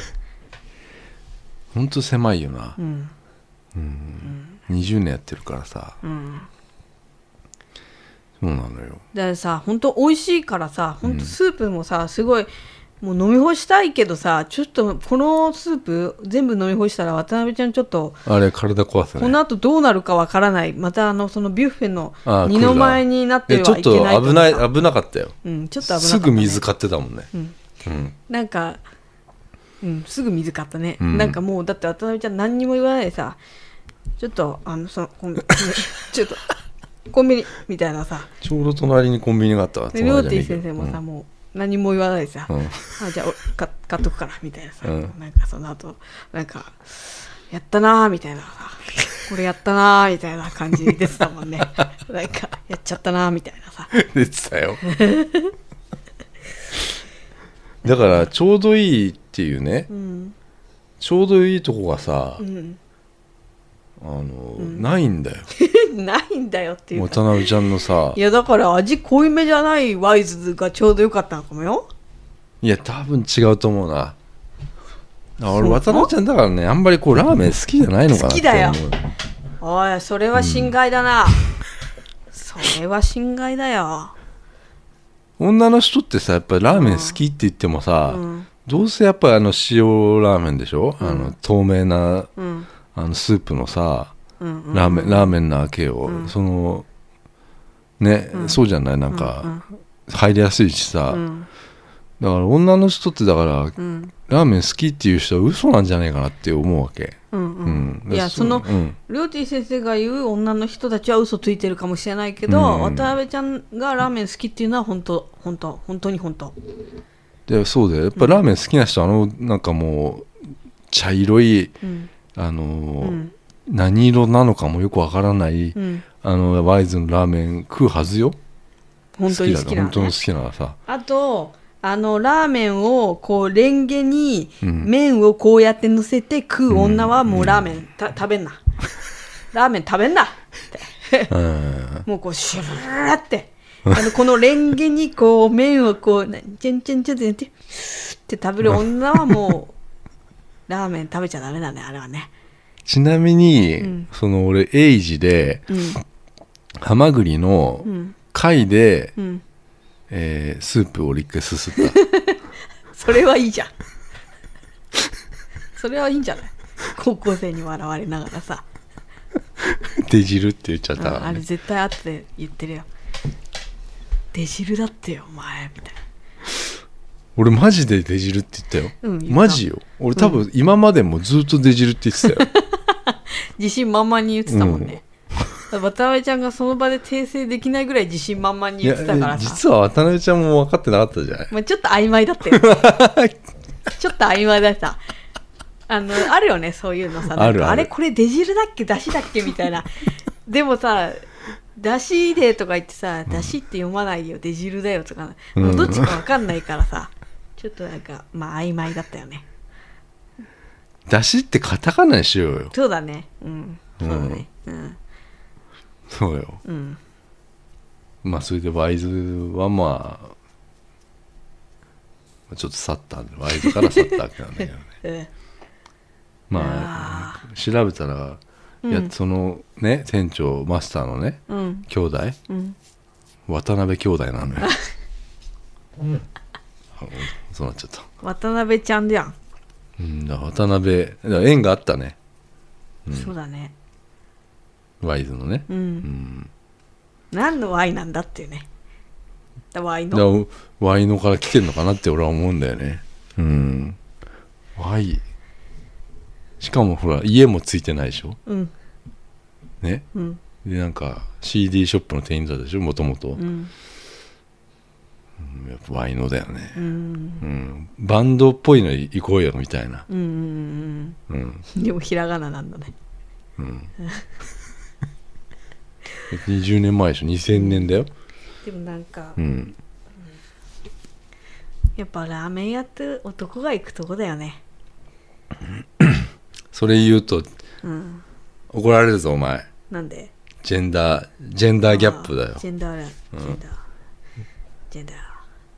A: ほんと狭いよな
B: う、ん
A: 20年やってるからさ
B: うん
A: そうなのよ
B: だからさ本当美味しいからさ本当スープもさ、すごいもう飲み干したいけどさちょっとこのスープ全部飲み干したら渡辺ちゃんちょっと
A: あれ体壊す
B: こ
A: ね
B: の後どうなるかわからないまたあのそのビュッフェの
A: あー
B: 二の前になって
A: え
B: は
A: ちょっ
B: いけ
A: と
B: ない
A: 危ない危なかったよ
B: うんちょっと危なかった、ね、
A: すぐ水買ってたもんね
B: うん
A: うん
B: なんか、うん、すぐ水買ったね、
A: うん
B: なんかもうだって渡辺ちゃん何にも言わないでさちょっとあのそのコンビニ *laughs* ちょっとコンビニみたいなさ
A: ちょうど隣にコンビニがあったわ
B: でりょうてぃ先生もさ、
A: うん
B: もう何も言わないでさ、
A: うん
B: あじゃあおか買っとくからみたいなさ、
A: うん
B: なんかその後なんかやったなーみたいなさこれやったなーみたいな感じ出てた
A: *laughs*
B: もんねなんかやっちゃったなーみたいなさ
A: 出てたよだからちょうどいいっていうね
B: うん
A: ちょうどいいとこがさ
B: う、ん
A: あの、ないんだよ
B: ないんだよっていうか
A: 渡辺ちゃんのさ
B: いやだから味濃いめじゃないワイズがちょうどよかったのかもよ
A: いや多分違うと思うなあ俺
B: そう
A: 渡辺ちゃんだからねあんまりこうラーメン好きじゃないのかなって思う
B: 好きおいそれは侵害だな、それは侵害だよ
A: 女の人ってさやっぱりラーメン好きって言ってもさ、
B: うん
A: どうせやっぱりあの塩ラーメンでしょ、あの透明な
B: うん
A: あのスープのさ
B: うんうん
A: ラーメン、ラーメンなわけよ、そのね、そうじゃないなんか、入りやすいしさ、
B: うん
A: だから女の人ってだから
B: うん
A: ラーメン好きっていう人は嘘なんじゃないかなって思うわけ、
B: うんう
A: うんん
B: いやその
A: うん
B: りょうてぃ先生が言う女の人たちは嘘ついてるかもしれないけど、
A: うん
B: 渡辺ちゃんがラーメン好きっていうのは本当本当本当に本当
A: でそうだよやっぱラーメン好きな人はあのなんかもう茶色い
B: うん
A: あの
B: う
A: ー、
B: ん
A: 何色なのかもよくわからない、
B: うん
A: あのワイズのラーメン食うはずよ
B: 本当に好きなの
A: 本当に
B: ね
A: 好きなら
B: *laughs*
A: さ
B: あとあのラーメンをこうレンゲに
A: うん
B: 麺をこうやって乗せて食う女はもうラーメンた食
A: *laughs*
B: べんなラーメン食べんなって
A: うん
B: もうこうシュルルルルってあのこのレンゲにこう麺をこうなチェンチェンチェンチェンってって食べる女はもうラーメン食べちゃダメだねあれはね
A: ちなみに、
B: ん
A: その俺エイジで
B: う
A: ハマグリの
B: んうん
A: 貝で、
B: うん
A: えースープを俺一回すす
B: *laughs*
A: った
B: それはいいじゃん *laughs* それはいいんじゃない高校生に笑われながらさ
A: 出汁って言っちゃったから
B: あれ
A: ね
B: 絶対あって言ってるよ出汁だってよお前みたいな
A: 俺マジで出汁って言ったよ、
B: うん言った
A: マジよ俺多分今までもずっと出汁って言
B: *laughs*
A: ってたよ、
B: 自信満々に言ってたもんね、渡辺ちゃんがその場で訂正できないぐらい自信満々に
A: い
B: 言ってたか
A: や
B: らさ、
A: 実は渡辺ちゃんも分かってなかったじゃない
B: まあ、ちょっと曖昧だった
A: *laughs*
B: よちょっと曖昧だったあのあるよねそういうのさなんか
A: あるある
B: れこれ出汁だっけ出汁だっけ
A: *laughs*
B: みたいなでもさ出汁でとか言ってさ出汁って読まないよ出汁だよとか、
A: うん
B: どっちか分かんないからさちょっとなんかまあ曖昧だったよね
A: 出汁ってカタカナにしようよ
B: そうだね。うん。そうだね。うん。
A: そうよ
B: うん。
A: まあそれでワイズはまあまあちょっと去ったんでワイズから去ったわけなんだけどね
B: うん
A: まあ調べたら、いやそのね店長マスターのね
B: うん。
A: 兄弟
B: うん。
A: 渡辺兄弟な
B: *laughs*
A: のよ、あのそうなっちゃった
B: 渡辺ちゃんじゃん。
A: うんだから渡辺だから縁があったね
B: そうだね。
A: ワイズのね
B: う。
A: うんん
B: 何の Y なんだっていうね。だ Y
A: だから
B: の。
A: ワイのから来てんのかなって俺は思うんだよねうんワイしかもほら家もついてないでしょ
B: うん
A: ね
B: うん
A: でなんか CD ショップの店員だったでしょもともと
B: うん
A: やっぱワイノだよね
B: うん
A: うんバンドっぽいの行こうよみたいな
B: うんうん
A: うん
B: うんでもひらがななんだね
A: うん20年前でしょ2000年だよ
B: でもなんか、
A: うん
B: やっぱラーメン屋って男が行くとこだよね
A: それ言うと
B: うん
A: 怒られるぞお前
B: なんで
A: ジェンダージェンダーギャップだ
B: あ
A: よ
B: ージェンダーラジェンダー、ジェン
A: *laughs*
B: ダ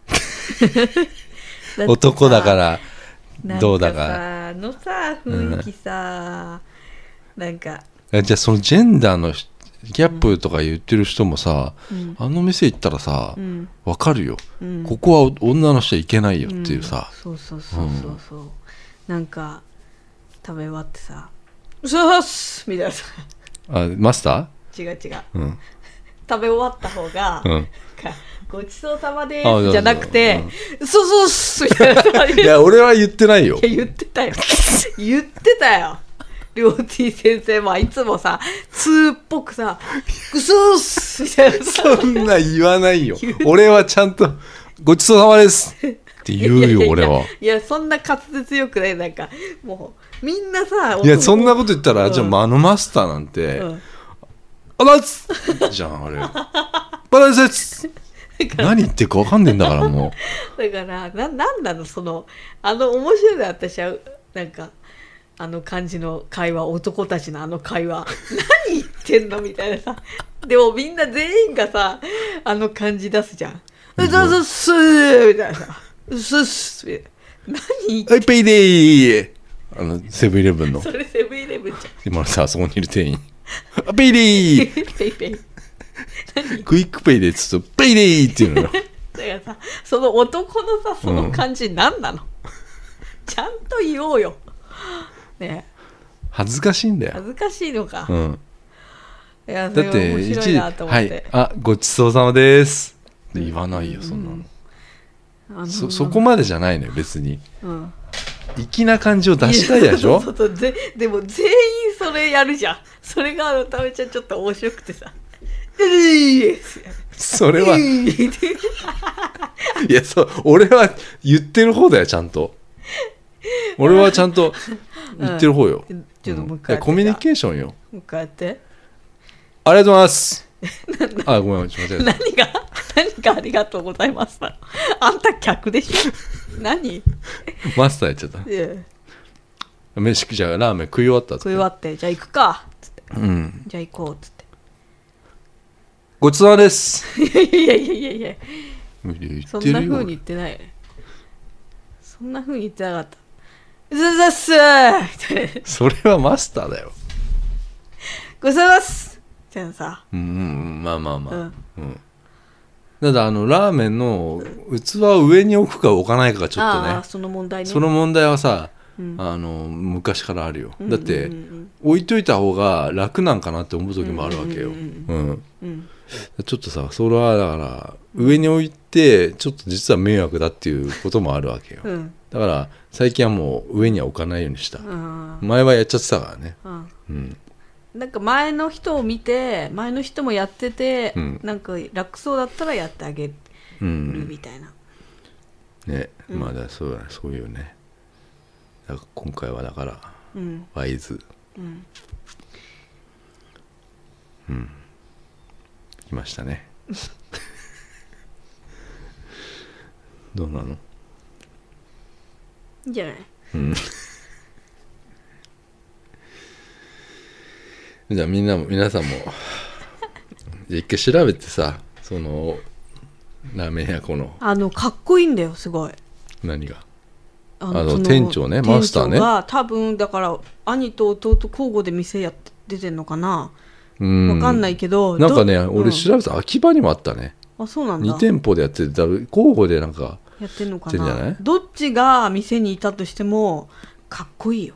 B: ーってさ
A: 男だからどうだか
B: なんかさあのさ雰囲気さ、なんか、
A: えじゃあそのジェンダーのしギャップとか言ってる人もさ、
B: うん
A: あの店行ったらさ、
B: う
A: わ
B: ん
A: かるよ、
B: うん、
A: ここは女の人はいけないよっていうさ
B: ん、そうそうそうそうそう、なんか食べ終わってさ「うそっす!」みたいなさ
A: あマスタ
B: 違う違う食
A: ーうん
B: べ終わった方が、
A: う
B: なん *laughs*
A: ん
B: かごちそうさまで
A: あそうそ
B: す
A: う
B: じゃなくて「そうそうっす!」みたいなさ
A: いや俺は言ってないよ
B: いや言ってたよ *laughs* 言ってたよ両ティ先生もいつもさ通っぽくさ「うそっす!」みたいなさ
A: そんな言わないよ
B: 言う
A: 俺はちゃんと「ごちそうさまです」って言う
B: いやいやい
A: よ
B: や
A: 俺はい
B: やそんな滑舌よくないなんかもうみんなさ
A: いやそんなこと言った
B: う
A: ら
B: ん
A: じゃああのマスターなんて
B: うん
A: 「あらっつ!」じゃんあれ「バランスです!」何言ってるか分かんねえんだからも
B: だからななんなのそのあの面白いの私はなんかあの感じの会話男たちのあの
A: *laughs*
B: 会話何言ってんのみたいなさでもみんな全員がさあの感じ出すじゃん「うそそすー」みたいなさ「うそっす」みたいな何言っ
A: う「はいペイデイ!」あのセブンイレブンの
B: それセブンイレブンじ
A: 今のさそこにいる店員「あペイデ
B: ゃん
A: イ
B: ペイペイだ
A: クイックペイで」ちょっと「ペイデイ!」っていうのよ
B: からさその男のさそ
A: うん
B: の感じ何なの、ちゃんと言おうよねえ
A: 恥ずかしいんだよ
B: 恥ずかしいのか、
A: うん
B: いや
A: だ
B: そ
A: っ
B: れは
A: て
B: 面
A: 一
B: 白
A: 時
B: いなと思っ
A: は
B: て
A: いあごちそうさまです」って言わないよそんなの
B: あの
A: そそこまでじゃないのよ別に
B: うん
A: 粋な感じを出したいでしょ
B: いや *laughs* そうそうそうぜでも全員それやるじゃんそれがあのためちゃんちょっと面白くてさ「うい
A: それは
B: う
A: い
B: いって
A: やそう俺は言ってる方だよちゃんと俺はちゃんと言ってる方よ、
B: ちょっともう
A: い
B: 一回やって
A: やコミュニケーションよ
B: もう一回やって
A: ありがとうございます
B: *laughs*
A: あごめん間違えた
B: 何が何がありがとうございましたあんた客でしょ何い
A: マスターやっちゃった
B: や
A: 飯食じゃあラーメン食い終わったっつ
B: 食い終わってじゃあ行くかつって
A: うん
B: じゃあ行こうっつって
A: ごちそうさまです
B: いやいやいやいやいや
A: 言ってるよ
B: そんなふうに言ってないねそんなふうに言ってなかった「うざざっす!」みたいな
A: それはマスターだよ
B: ございますみたいなさ、
A: うんうんうんまあまあまあ
B: う
A: うん
B: ん、
A: ただあのラーメンの器を上に置くか置かないかがちょっとね
B: ああその問題ね
A: その問題はさ、
B: うん
A: あの昔からあるよ、
B: うん
A: だって、
B: うんうん
A: 置いといた方が楽なんかなって思う時もあるわけよ、う
B: うんんうん
A: ちょっとさそれはだから上に置いてちょっと実は迷惑だっていうこともあるわけよ、
B: うんうん
A: だから最近はもう上には置かないようにした、
B: あ
A: 前はやっちゃってたからね
B: あうん
A: うん
B: なんか前の人を見て前の人もやってて、
A: うん
B: なんか楽そうだったらやってあげる
A: うん
B: みたいな、
A: ね、
B: うん
A: まあだからそうだねそういうねだから今回はだから
B: うん
A: ワイズ
B: うん、
A: 来ました
B: *laughs*
A: ねどうなの
B: いいんじゃない
A: じゃあみんなも皆さんもじゃあ一回調べてさそのラーメン屋この
B: あのかっこいいんだよすごい
A: 何が
B: あ
A: あの
B: そ
A: 店長ねマスターね
B: 店長が多分だから兄と弟交互で店やって出てんのかな
A: うん
B: わかんないけど、
A: なんかね
B: ど
A: 俺
B: うん
A: 調べたら秋葉にもあったね
B: あそうなんだ
A: 2店舗でやっててだから交互でなんか
B: やってんの
A: や
B: か
A: ってん
B: な
A: じゃない
B: どっちが店にいたとしてもかっこいいよ、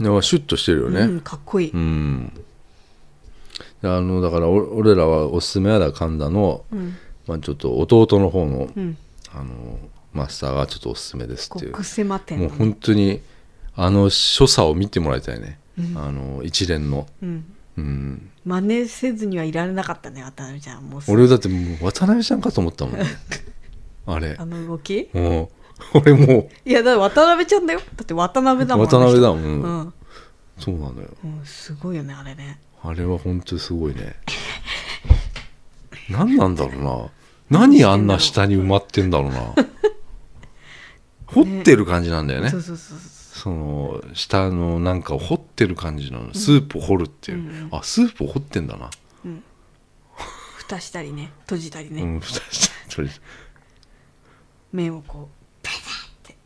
A: なんかシュッとしてるよ
B: う
A: ね
B: ん、かっこいい、
A: うん、あのだからお俺らはおすすめはだ神田の、
B: うん
A: まあ、ちょっと弟の方の
B: うん、
A: あのマスターがちょっとおすすめですっていう
B: 極狭店
A: もう本当にあの所作を見てもらいたいね、あの一連の、
B: うん
A: うん、
B: 真似せずにはいられなかったね渡辺ちゃんもうす
A: 俺だってもう渡辺ちゃんかと思ったもん
B: *laughs*
A: ねあれ
B: あの動き
A: もう俺も
B: いやだから渡辺ちゃんだよだって渡辺だもん
A: 渡辺だ
B: あの人
A: うん
B: うん
A: うそうなのよ
B: うん、すごいよねあれね
A: あれは本当にすごいね何なんだろうな何あんな下に埋まってんだろうな掘ってる感じなんだよね
B: そうそうそうそ
A: その下のなんかを掘ってる感じなのスープを掘るっていう、
B: うん
A: あスープを掘ってんだな、
B: う蓋したりね閉じたりね、
A: うん蓋してとりあえず
B: 麺をこうパサッて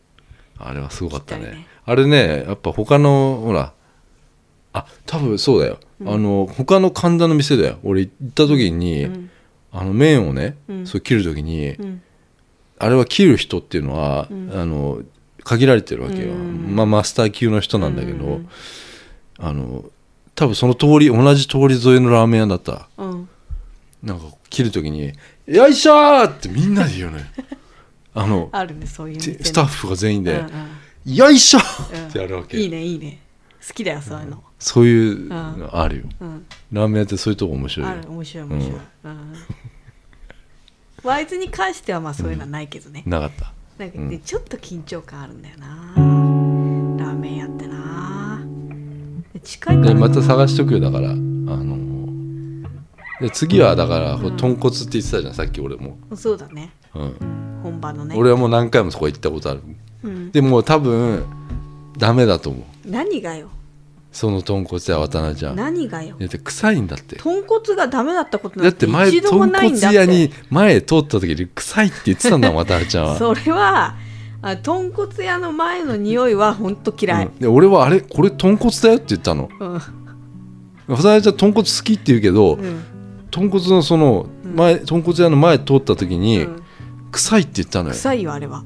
A: あれはすごかったね
B: 聞きたいね
A: あれねやっぱ他のほらあ多分そうだよ、あの他の神田の店だよ俺行った時に、
B: うん
A: あの麺をね、
B: うん
A: そう切る時に、
B: うん
A: あれは切る人っていうのは、
B: ん
A: あの限られてるわけよ、
B: うん
A: まあ、マスター級の人なんだけど、
B: うん
A: あの多分その通り同じ通り沿いのラーメン屋だった
B: うん
A: なんか切るときに「よいしょ!」ってみんなで言う
B: *laughs*
A: のよあの
B: あるねそういう
A: て
B: 店ね
A: スタッフが全員
B: う
A: で
B: んうん
A: 「よいしょ!」
B: うん
A: ってやるわけ
B: いいねいいね好きだよそういうの、
A: そういうのあるよ
B: うん、
A: ラーメン屋ってそういうとこ面白い
B: あ
A: よ
B: る面白い面白い、うんワイズに関してはまあそういうのはないけどね、
A: なかった
B: なんかね、ちょっと緊張感あるんだよなラーメン屋ってなで近いから
A: で
B: な
A: また探しとくよだからあので次はだから、ほ豚骨って言ってたじゃんさっき俺も、
B: そうだね
A: うん
B: 本場のね
A: 俺はもう何回もそこ行ったことある
B: うん、
A: でも多分ダメだと思う
B: 何がよ
A: その豚骨や渡辺ちゃんだ
B: 何がよ
A: って臭いんだって
B: 豚骨がダメだったこと
A: だ
B: な
A: っ
B: んて
A: て前
B: 一度も
A: 豚
B: ないんだっ
A: 骨屋
B: て
A: に前通った時に臭いって言ってたんだもん渡辺ちゃんは
B: それはあ豚骨屋の前の匂いは本当嫌い
A: うん、で俺はあれこれ豚骨だよって言ったの
B: うん
A: 渡辺ちゃん豚骨好きって言うけど、
B: うん
A: 豚骨のその前、豚骨屋の前通った時に、
B: うん
A: 臭いって言ったのよ
B: 臭いよあれは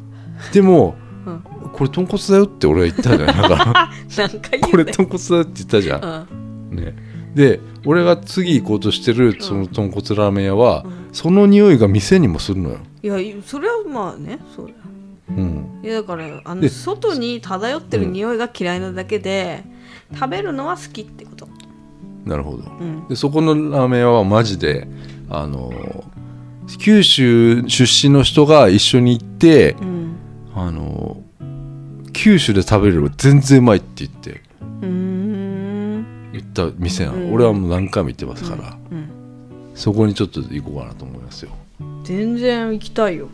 A: でも、
B: うん
A: これ豚骨だよって俺は言ったじゃん
B: *laughs*
A: だから
B: なんか言
A: こ
B: う
A: れ
B: ね
A: 豚骨だよって言ったじゃ、
B: うんん
A: ね、で俺が次行こうとしてるその豚骨ラーメン屋は、
B: うん
A: その匂いが店にもするのよ、
B: いやそれはまあねそうだよ
A: うん、
B: いやだからあの
A: で
B: 外に漂ってる匂いが嫌いなだけで、食べるのは好きってこと
A: なるほど
B: うん
A: でそこのラーメン屋はマジであのー九州出身の人が一緒に行って
B: うん
A: あのー九州で食べるより全然うまいって言って
B: うーん
A: 言った店なの、
B: うん
A: 俺はもう何回も行ってますから、
B: うん
A: そこにちょっと行こうかなと思いますよ
B: 全然行きたいよ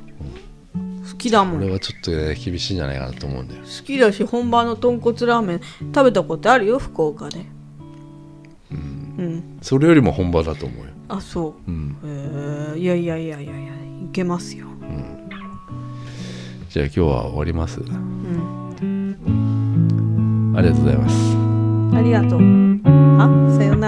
B: 好きだもん
A: 俺
B: 好
A: はちょっと、ね、厳しいんじゃないかなと思うんだよ
B: きだし本場の豚骨ラーメン食べたことあるよ福岡でうん
A: それよりも本場だと思うよ、
B: あそう
A: うん、
B: えーいやいやいやいやいやいけますよ
A: じゃあ今日は終わります
B: うん
A: ありがとうございます
B: ありがとうあさよなら